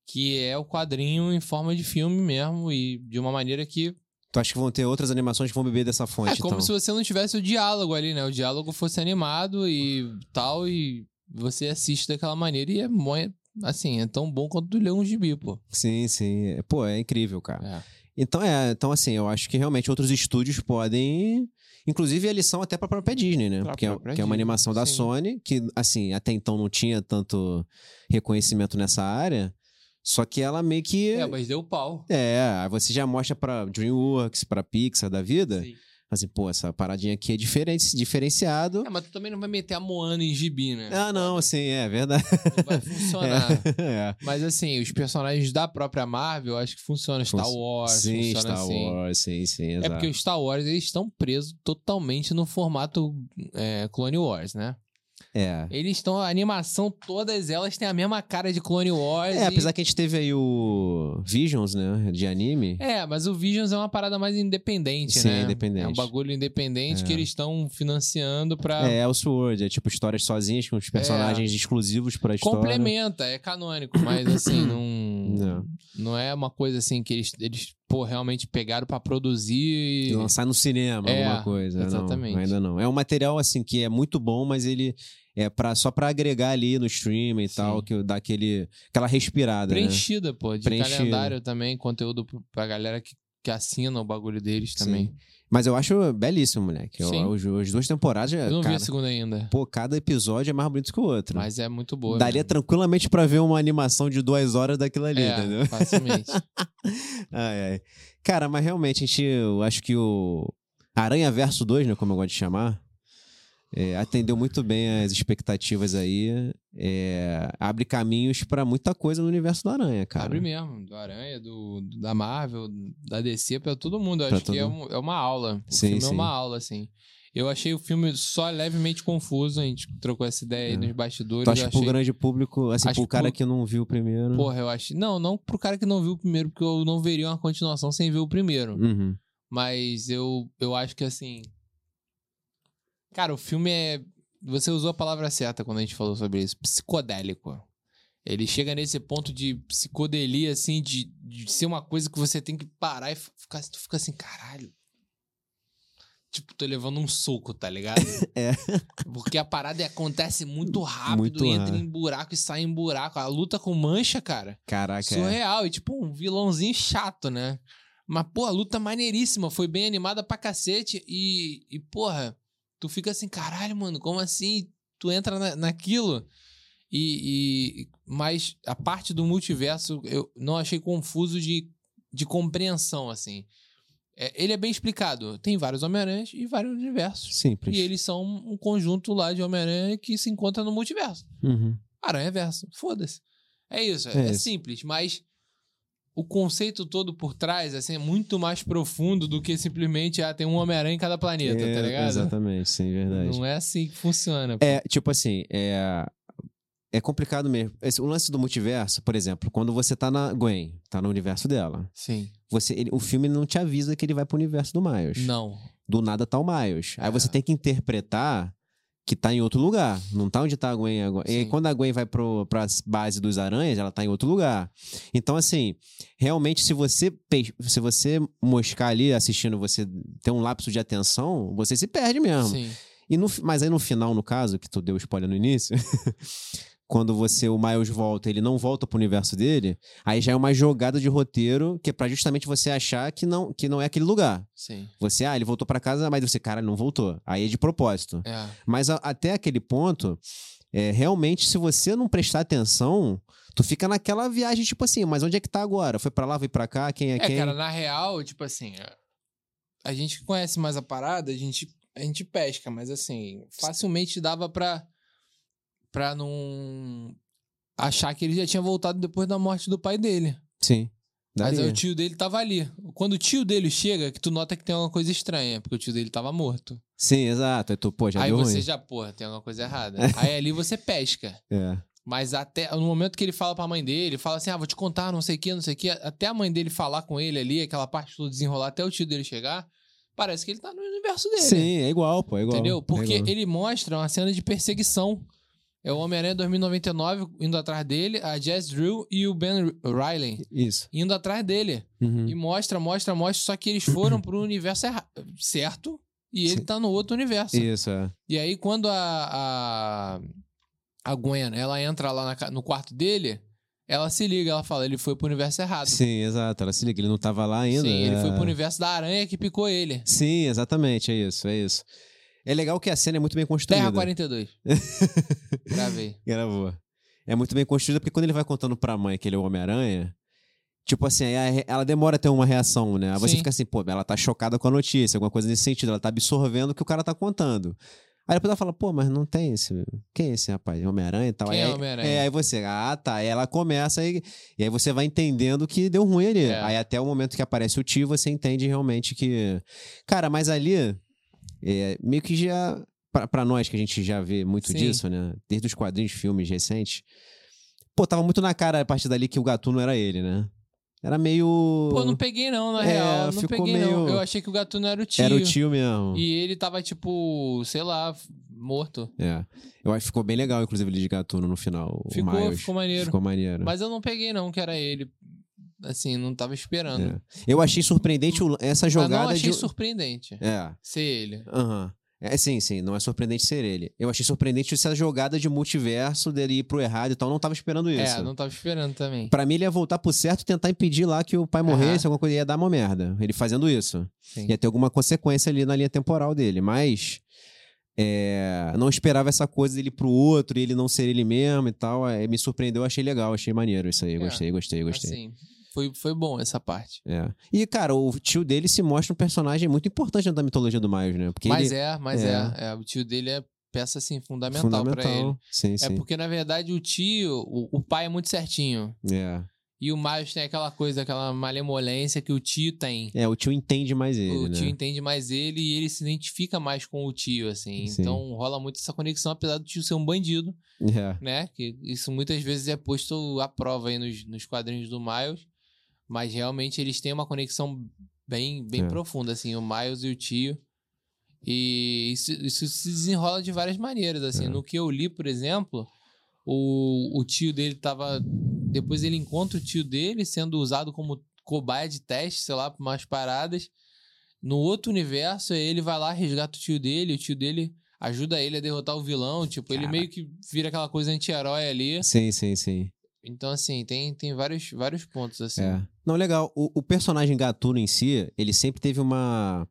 Speaker 2: que é o quadrinho em forma de filme mesmo, e de uma maneira que...
Speaker 1: Tu acha que vão ter outras animações que vão beber dessa fonte,
Speaker 2: É como
Speaker 1: então?
Speaker 2: se você não tivesse o diálogo ali, né? O diálogo fosse animado e tal, e você assiste daquela maneira, e é bom, é- assim, é tão bom quanto ler um gibi, pô.
Speaker 1: Sim, sim. É, Pô, é incrível, cara.
Speaker 2: É.
Speaker 1: Então, é, então, assim, eu acho que realmente outros estúdios podem. Inclusive, eles são até pra própria Disney, né?
Speaker 2: Pra
Speaker 1: Porque é,
Speaker 2: própria
Speaker 1: que é uma
Speaker 2: Disney,
Speaker 1: animação da
Speaker 2: sim.
Speaker 1: Sony, que, assim, até então não tinha tanto reconhecimento nessa área. Só que ela meio que.
Speaker 2: É, mas deu pau.
Speaker 1: É, aí você já mostra pra DreamWorks, pra Pixar da vida.
Speaker 2: Sim.
Speaker 1: Assim, pô, essa paradinha aqui é diferente, diferenciado.
Speaker 2: É, mas tu também não vai meter a Moana em gibi, né?
Speaker 1: Ah, não, assim, é verdade.
Speaker 2: Não vai funcionar.
Speaker 1: É.
Speaker 2: Mas assim, os personagens da própria Marvel, eu acho que funciona. Star
Speaker 1: Fun-
Speaker 2: Wars,
Speaker 1: Sim,
Speaker 2: funciona
Speaker 1: Star
Speaker 2: assim.
Speaker 1: Wars, sim, sim,
Speaker 2: É
Speaker 1: exato.
Speaker 2: porque os Star Wars, eles estão presos totalmente no formato é, Clone Wars, né?
Speaker 1: É.
Speaker 2: Eles estão... A animação, todas elas têm a mesma cara de Clone Wars.
Speaker 1: É,
Speaker 2: e-
Speaker 1: apesar que a gente teve aí o Visions, né, de anime.
Speaker 2: É, mas o Visions é uma parada mais independente,
Speaker 1: Sim,
Speaker 2: né?
Speaker 1: é independente.
Speaker 2: É um bagulho independente
Speaker 1: É.
Speaker 2: que eles estão financiando pra...
Speaker 1: É, Elseworld, é tipo histórias sozinhas com os personagens exclusivos pra história.
Speaker 2: É. Complementa, é canônico, mas assim, não...
Speaker 1: Não.
Speaker 2: Não é uma coisa assim que eles, eles pô, realmente pegaram pra produzir...
Speaker 1: E lançar no cinema
Speaker 2: É,
Speaker 1: alguma coisa.
Speaker 2: exatamente.
Speaker 1: Não, ainda não. É um material, assim, que é muito bom, mas ele é pra, só pra agregar ali no stream e
Speaker 2: Sim.
Speaker 1: tal, que dá aquele, aquela respirada, né?
Speaker 2: Preenchida, pô, de
Speaker 1: Preenchida.
Speaker 2: calendário também, conteúdo pro- pra galera que, que assina o bagulho deles também.
Speaker 1: Sim. Mas eu acho belíssimo, moleque. Eu-
Speaker 2: Sim.
Speaker 1: os- as duas temporadas,
Speaker 2: Eu não vi
Speaker 1: É, cara,
Speaker 2: a segunda ainda,
Speaker 1: pô, cada episódio é mais bonito que o outro.
Speaker 2: mas é muito boa.
Speaker 1: Daria
Speaker 2: mesmo.
Speaker 1: tranquilamente pra ver uma animação de duas horas daquilo ali, entendeu?
Speaker 2: é, facilmente.
Speaker 1: Ai, ai. Cara, mas realmente, a gente, eu acho que o Aranha Verso 2, né, como eu gosto de chamar, é, atendeu muito bem as expectativas aí. é, abre caminhos pra muita coisa no universo da Aranha, cara.
Speaker 2: Abre mesmo, do Aranha, do, do- da Marvel, da DC, pra todo mundo. Eu
Speaker 1: Pra
Speaker 2: acho que
Speaker 1: todo
Speaker 2: é,
Speaker 1: mundo.
Speaker 2: um- é uma aula. O
Speaker 1: Sim,
Speaker 2: filme é
Speaker 1: sim.
Speaker 2: uma aula, assim. Eu achei o filme só levemente confuso, a gente trocou essa ideia aí
Speaker 1: É.
Speaker 2: nos bastidores.
Speaker 1: Tu acha
Speaker 2: eu
Speaker 1: que pro
Speaker 2: achei-
Speaker 1: grande público, assim,
Speaker 2: Acho
Speaker 1: pro
Speaker 2: que
Speaker 1: cara
Speaker 2: pro-
Speaker 1: que não viu o primeiro.
Speaker 2: Porra, eu acho. Não, não pro cara que não viu o primeiro, porque eu não veria uma continuação sem ver o primeiro.
Speaker 1: Uhum.
Speaker 2: Mas eu, eu acho que assim. Cara, o filme é. Você usou a palavra certa quando a gente falou sobre isso. Psicodélico. Ele chega nesse ponto de psicodelia, assim, de, de ser uma coisa que você tem que parar e f- ficar, tu fica assim, caralho. Tipo, tô levando um soco, tá ligado?
Speaker 1: É.
Speaker 2: Porque a parada acontece muito rápido,
Speaker 1: Muito
Speaker 2: entra
Speaker 1: rápido.
Speaker 2: em buraco e sai em buraco. A luta com mancha, cara.
Speaker 1: Caraca, é.
Speaker 2: Surreal, e tipo um vilãozinho chato, né? Mas, pô, a luta maneiríssima, foi bem animada pra cacete. E, e porra, tu fica assim, caralho, mano, como assim? Tu entra na- naquilo. E, e- Mas a parte do multiverso eu não achei confuso de, de compreensão, assim. É, ele é bem explicado. Tem vários Homem-Aranhas e vários universos.
Speaker 1: Simples.
Speaker 2: E eles são um conjunto lá de Homem-Aranha que se encontra no multiverso.
Speaker 1: Uhum.
Speaker 2: Aranha Verso. Foda-se. É isso, é,
Speaker 1: É
Speaker 2: é
Speaker 1: isso.
Speaker 2: simples, mas o conceito todo por trás assim, é muito mais profundo do que simplesmente ah, tem um Homem-Aranha em cada planeta,
Speaker 1: É,
Speaker 2: tá ligado?
Speaker 1: Exatamente, sim, verdade.
Speaker 2: Não é assim que funciona.
Speaker 1: É, tipo assim, é. É complicado mesmo. Esse- o lance do multiverso, por exemplo, quando você tá na Gwen, tá no universo dela,
Speaker 2: Sim.
Speaker 1: você, ele- o filme não te avisa que ele vai pro universo do Miles.
Speaker 2: Não.
Speaker 1: Do nada tá o Miles. Aí
Speaker 2: É.
Speaker 1: você tem que interpretar que tá em outro lugar. Não tá onde tá a Gwen agora. E aí,
Speaker 2: Sim.
Speaker 1: quando a Gwen vai pro, pra base dos aranhas, ela tá em outro lugar. Então, assim, realmente, se você pe- se você moscar ali assistindo, você ter um lapso de atenção, você se perde mesmo.
Speaker 2: Sim.
Speaker 1: E no fi- mas aí no final, no caso, que tu deu spoiler no início, quando você, o Miles volta, ele não volta pro universo dele, aí já é uma jogada de roteiro que é pra justamente você achar que não, que não é aquele lugar.
Speaker 2: Sim.
Speaker 1: Você, ah, ele voltou pra casa, mas você, cara, ele não voltou. Aí é de propósito.
Speaker 2: É.
Speaker 1: Mas a- até aquele ponto, é, realmente, se você não prestar atenção, tu fica naquela viagem, tipo assim, mas onde é que tá agora? Foi pra lá, foi pra cá, quem é,
Speaker 2: É,
Speaker 1: quem?
Speaker 2: cara, na real, tipo assim, a- a gente que conhece mais a parada, a gente, a gente pesca, mas assim, facilmente dava pra, pra não achar que ele já tinha voltado depois da morte do pai dele.
Speaker 1: Sim.
Speaker 2: Mas
Speaker 1: Daria.
Speaker 2: aí o tio dele tava ali. Quando o tio dele chega, que tu nota que tem alguma coisa estranha, porque o tio dele tava morto.
Speaker 1: Sim, exato. Aí tu, pô, já
Speaker 2: aí
Speaker 1: deu
Speaker 2: você
Speaker 1: ruim.
Speaker 2: já, porra, tem alguma coisa errada. aí ali você pesca.
Speaker 1: É.
Speaker 2: Mas até no momento que ele fala pra mãe dele, fala assim: ah, vou te contar, não sei o que, não sei o que. Até a mãe dele falar com ele ali, aquela parte do desenrolar, até o tio dele chegar, parece que ele tá no universo dele.
Speaker 1: Sim, é igual, pô, é igual.
Speaker 2: Entendeu? Porque
Speaker 1: é igual.
Speaker 2: ele mostra uma cena de perseguição. É o Homem-Aranha 2099 indo atrás dele, a Jazz Drew e o Ben Riley
Speaker 1: Isso.
Speaker 2: indo atrás dele.
Speaker 1: Uhum.
Speaker 2: E mostra, mostra, mostra. Só que eles foram pro universo erra- certo e ele
Speaker 1: Sim.
Speaker 2: tá no outro universo. E,
Speaker 1: Isso, é.
Speaker 2: aí, quando a, a, a Gwen ela entra lá na ca- no quarto dele, ela se liga, ela fala: ele foi pro universo errado.
Speaker 1: Sim, exato. Ela se liga, ele não tava lá ainda.
Speaker 2: Sim, ele
Speaker 1: é.
Speaker 2: foi pro universo da aranha que picou ele.
Speaker 1: Sim, exatamente, é isso, é isso. né? É legal que a cena é muito bem construída.
Speaker 2: Terra 42. Gravei.
Speaker 1: Gravou. é muito bem construída, porque quando ele vai contando pra mãe que ele é o Homem-Aranha, tipo assim, aí a re- ela demora a ter uma reação, né? Aí você
Speaker 2: Sim.
Speaker 1: fica assim, pô, ela tá chocada com a notícia, alguma coisa nesse sentido, ela tá absorvendo o que o cara tá contando. Aí depois ela fala, pô, mas não tem esse. Quem é esse rapaz? Homem-Aranha e tal.
Speaker 2: Quem
Speaker 1: aí,
Speaker 2: é o Homem-Aranha?
Speaker 1: É, aí você, ah, tá. Aí ela começa aí, e aí você vai entendendo que deu ruim ali.
Speaker 2: É.
Speaker 1: Aí até o momento que aparece o tio, você entende realmente que. Cara, mas ali. é, meio que já. Pra, pra nós que a gente já vê muito
Speaker 2: Sim.
Speaker 1: disso, né? Desde os quadrinhos, filmes recentes. Pô, tava muito na cara a partir dali que o gatuno era ele, né? Era meio.
Speaker 2: Pô, não peguei não, na
Speaker 1: É,
Speaker 2: real. Não
Speaker 1: ficou
Speaker 2: peguei não.
Speaker 1: meio-
Speaker 2: Eu achei que o gatuno era o tio.
Speaker 1: Era o tio mesmo.
Speaker 2: E ele tava, tipo, sei lá, f- morto.
Speaker 1: É. Eu acho que ficou bem legal, inclusive, ele de gatuno no final. o
Speaker 2: Ficou,
Speaker 1: Miles.
Speaker 2: ficou maneiro.
Speaker 1: Ficou maneiro.
Speaker 2: Mas eu não peguei não que era ele. Assim, não tava esperando.
Speaker 1: É. Eu achei surpreendente o- essa
Speaker 2: Mas
Speaker 1: jogada
Speaker 2: Ah, não achei
Speaker 1: de. um
Speaker 2: surpreendente
Speaker 1: É.
Speaker 2: ser ele.
Speaker 1: Aham. É, sim, sim, não é surpreendente ser ele. Eu achei surpreendente essa jogada de multiverso dele ir pro errado e tal, não tava esperando isso.
Speaker 2: É, não tava esperando também.
Speaker 1: Pra mim, ele ia voltar pro certo e tentar impedir lá que o pai
Speaker 2: Aham.
Speaker 1: morresse, alguma coisa, ia dar uma merda. Ele fazendo isso.
Speaker 2: Sim.
Speaker 1: Ia ter alguma consequência ali na linha temporal dele, mas. é, não esperava essa coisa dele pro outro e ele não ser ele mesmo e tal. É, me surpreendeu, achei legal, achei maneiro isso aí.
Speaker 2: É.
Speaker 1: Gostei, gostei, gostei.
Speaker 2: Assim, foi, foi bom essa parte.
Speaker 1: É. E, cara, o tio dele se mostra um personagem muito importante dentro da mitologia do Miles, né? Porque
Speaker 2: mas
Speaker 1: ele
Speaker 2: é, mas é.
Speaker 1: É.
Speaker 2: é, O tio dele é peça, assim,
Speaker 1: é
Speaker 2: fundamental,
Speaker 1: fundamental.
Speaker 2: pra ele.
Speaker 1: Sim,
Speaker 2: É
Speaker 1: sim.
Speaker 2: porque, na verdade, o tio, o, o pai é muito certinho.
Speaker 1: É.
Speaker 2: E o Miles tem aquela coisa, aquela malemolência que o tio tem.
Speaker 1: É, o tio entende mais ele,
Speaker 2: o
Speaker 1: né?
Speaker 2: tio entende mais ele e ele se identifica mais com o tio, assim.
Speaker 1: Sim.
Speaker 2: Então rola muito essa conexão, apesar do tio ser um bandido,
Speaker 1: É.
Speaker 2: né? Que isso muitas vezes é posto à prova aí nos, nos quadrinhos do Miles. Mas realmente eles têm uma conexão bem, bem
Speaker 1: É.
Speaker 2: profunda, assim, o Miles e o tio. E isso, isso se desenrola de várias maneiras, assim.
Speaker 1: É.
Speaker 2: No que eu li, por exemplo, o, o tio dele tava. Depois ele encontra o tio dele sendo usado como cobaia de teste, sei lá, pra umas paradas. No outro universo, aí ele vai lá, resgata o tio dele, o tio dele ajuda ele a derrotar o vilão. Tipo, ele
Speaker 1: Caraca.
Speaker 2: meio que vira aquela coisa anti-herói ali.
Speaker 1: Sim, sim, sim.
Speaker 2: Então, assim, tem, tem vários, vários pontos, assim.
Speaker 1: É. Não, legal. O, o personagem Gatuno em si, ele sempre teve uma.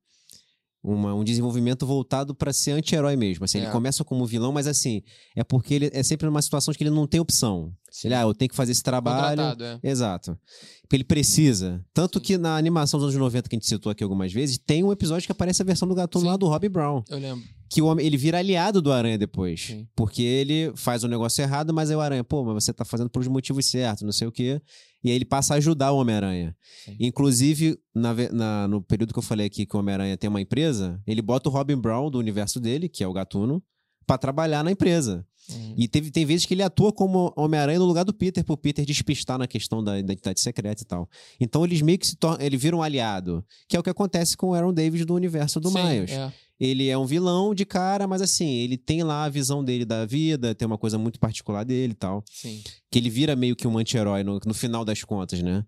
Speaker 1: uma- um desenvolvimento voltado pra ser anti-herói mesmo. Assim,
Speaker 2: É.
Speaker 1: Ele começa como vilão, mas assim, é porque ele é sempre numa situação de que ele não tem opção. Ele, ah, eu tenho que fazer esse trabalho.
Speaker 2: Contratado, é.
Speaker 1: Exato. Porque Ele precisa. Tanto
Speaker 2: Sim.
Speaker 1: que na animação dos anos 90, que a gente citou aqui algumas vezes, tem um episódio que aparece a versão do gatuno
Speaker 2: Sim.
Speaker 1: lá do Rob Brown.
Speaker 2: é. Eu lembro.
Speaker 1: Que o homem, ele vira aliado do Aranha depois.
Speaker 2: Sim.
Speaker 1: Porque ele faz um negócio errado, mas aí o Aranha, pô, mas você tá fazendo pelos motivos certos, não sei o quê. E aí ele passa a ajudar o Homem-Aranha.
Speaker 2: Sim.
Speaker 1: Inclusive, na ve- na- no período que eu falei aqui que o Homem-Aranha tem uma empresa, ele bota o Robin Brown do universo dele, que é o gatuno, pra trabalhar na empresa.
Speaker 2: Uhum.
Speaker 1: E teve, tem vezes que ele atua como Homem-Aranha no lugar do Peter, pro Peter despistar na questão da identidade secreta e tal. Então eles meio que se tornam. Ele vira um aliado. Que é o que acontece com o Aaron Davis do universo do
Speaker 2: Sim,
Speaker 1: Miles.
Speaker 2: é.
Speaker 1: Ele é um vilão de cara, mas assim, ele tem lá a visão dele da vida, tem uma coisa muito particular dele e tal.
Speaker 2: Sim.
Speaker 1: Que ele vira meio que um anti-herói no, no final das contas, né?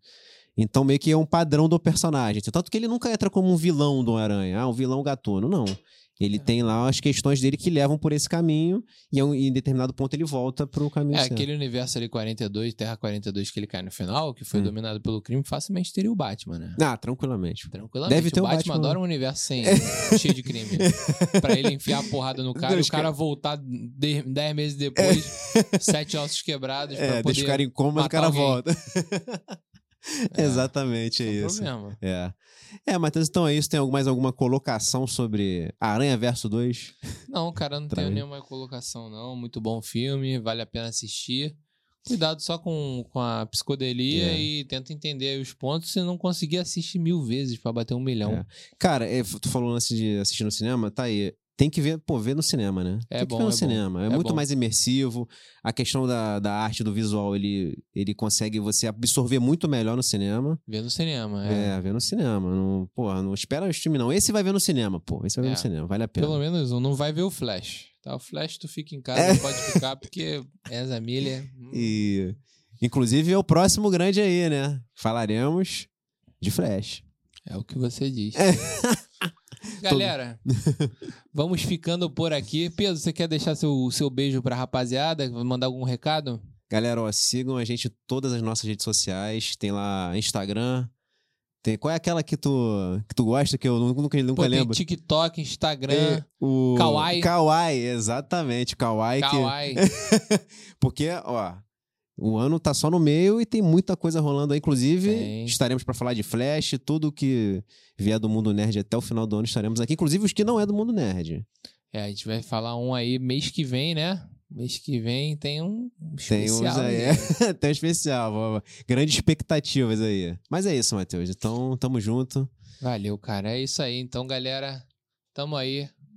Speaker 1: Então meio que é um padrão do personagem. assim. Tanto que ele nunca entra como um vilão do Aranha. Ah, um vilão gatuno. Não. Ele
Speaker 2: É.
Speaker 1: tem lá as questões dele que levam por esse caminho e é um- e em determinado ponto ele volta pro caminho
Speaker 2: É,
Speaker 1: certo.
Speaker 2: aquele universo ali 42, Terra 42, que ele cai no final, que foi
Speaker 1: Hum.
Speaker 2: dominado pelo crime, facilmente teria o Batman, né?
Speaker 1: Ah, tranquilamente.
Speaker 2: Tranquilamente.
Speaker 1: Deve ter
Speaker 2: o
Speaker 1: o
Speaker 2: Batman,
Speaker 1: Batman.
Speaker 2: adora um universo sem, cheio de crime. Pra ele enfiar a porrada no cara e
Speaker 1: Deus
Speaker 2: o cara voltar 10 meses depois, sete ossos quebrados pra
Speaker 1: É,
Speaker 2: poder...
Speaker 1: deixa o cara em coma, mas o
Speaker 2: matar
Speaker 1: cara
Speaker 2: alguém.
Speaker 1: volta.
Speaker 2: É,
Speaker 1: Exatamente, é
Speaker 2: não tem
Speaker 1: isso.
Speaker 2: Problema.
Speaker 1: É. É, Matheus, então é isso. Tem algum- mais alguma colocação sobre Aranha Verso 2?
Speaker 2: Não, cara, não
Speaker 1: Traz.
Speaker 2: tenho nenhuma colocação, não. Muito bom filme, vale a pena assistir. Cuidado só com, com a psicodelia
Speaker 1: É.
Speaker 2: e tenta entender os pontos. Se não conseguir, assiste mil vezes pra bater um milhão.
Speaker 1: Cara, é, f- tu falou antes de assistir no cinema, tá aí. Tem que ver, pô, ver no cinema, né?
Speaker 2: É
Speaker 1: Tem que
Speaker 2: bom,
Speaker 1: ver no
Speaker 2: é bom.
Speaker 1: cinema. É,
Speaker 2: É
Speaker 1: muito
Speaker 2: bom.
Speaker 1: mais imersivo. A questão da, da arte, do visual, ele, ele consegue você absorver muito melhor no cinema.
Speaker 2: Vê no cinema. é.
Speaker 1: É, ver no cinema. Não, porra, não espera o filme, não. Esse vai ver no cinema, pô. Esse vai ver
Speaker 2: É.
Speaker 1: no cinema, vale a pena.
Speaker 2: Pelo menos um. Não vai ver o Flash. Tá? O Flash tu fica em casa,
Speaker 1: É.
Speaker 2: pode ficar, porque essa milha... hum,
Speaker 1: E, inclusive, é o próximo grande aí, né? Falaremos de Flash.
Speaker 2: É o que você
Speaker 1: É.
Speaker 2: diz. Galera, vamos ficando por aqui. Pedro, você quer deixar seu, seu beijo pra rapaziada? Mandar algum recado?
Speaker 1: Galera, ó, sigam a gente em todas as nossas redes sociais. Tem lá Instagram. Tem, qual é aquela que tu, que tu gosta que eu nu- nunca, nunca
Speaker 2: Pô, tem
Speaker 1: lembro?
Speaker 2: TikTok, Instagram...
Speaker 1: É, o
Speaker 2: Kawaii.
Speaker 1: É, Kawaii, exatamente. Kawaii. que-
Speaker 2: Kawaii.
Speaker 1: porque, ó, O ano tá só no meio e tem muita coisa rolando aí. Inclusive,
Speaker 2: Tem.
Speaker 1: estaremos pra falar de Flash, tudo que vier do mundo nerd até o final do ano estaremos aqui. Inclusive os que não é do mundo nerd.
Speaker 2: É, a gente vai falar um aí mês que vem, né? Mês que vem tem um
Speaker 1: Tem
Speaker 2: especial.
Speaker 1: uns aí.
Speaker 2: né?
Speaker 1: Tem um especial. vó- Grandes expectativas aí. Mas é isso, Matheus. Então, tamo junto.
Speaker 2: Valeu, cara. É isso aí. Então, galera, tamo aí.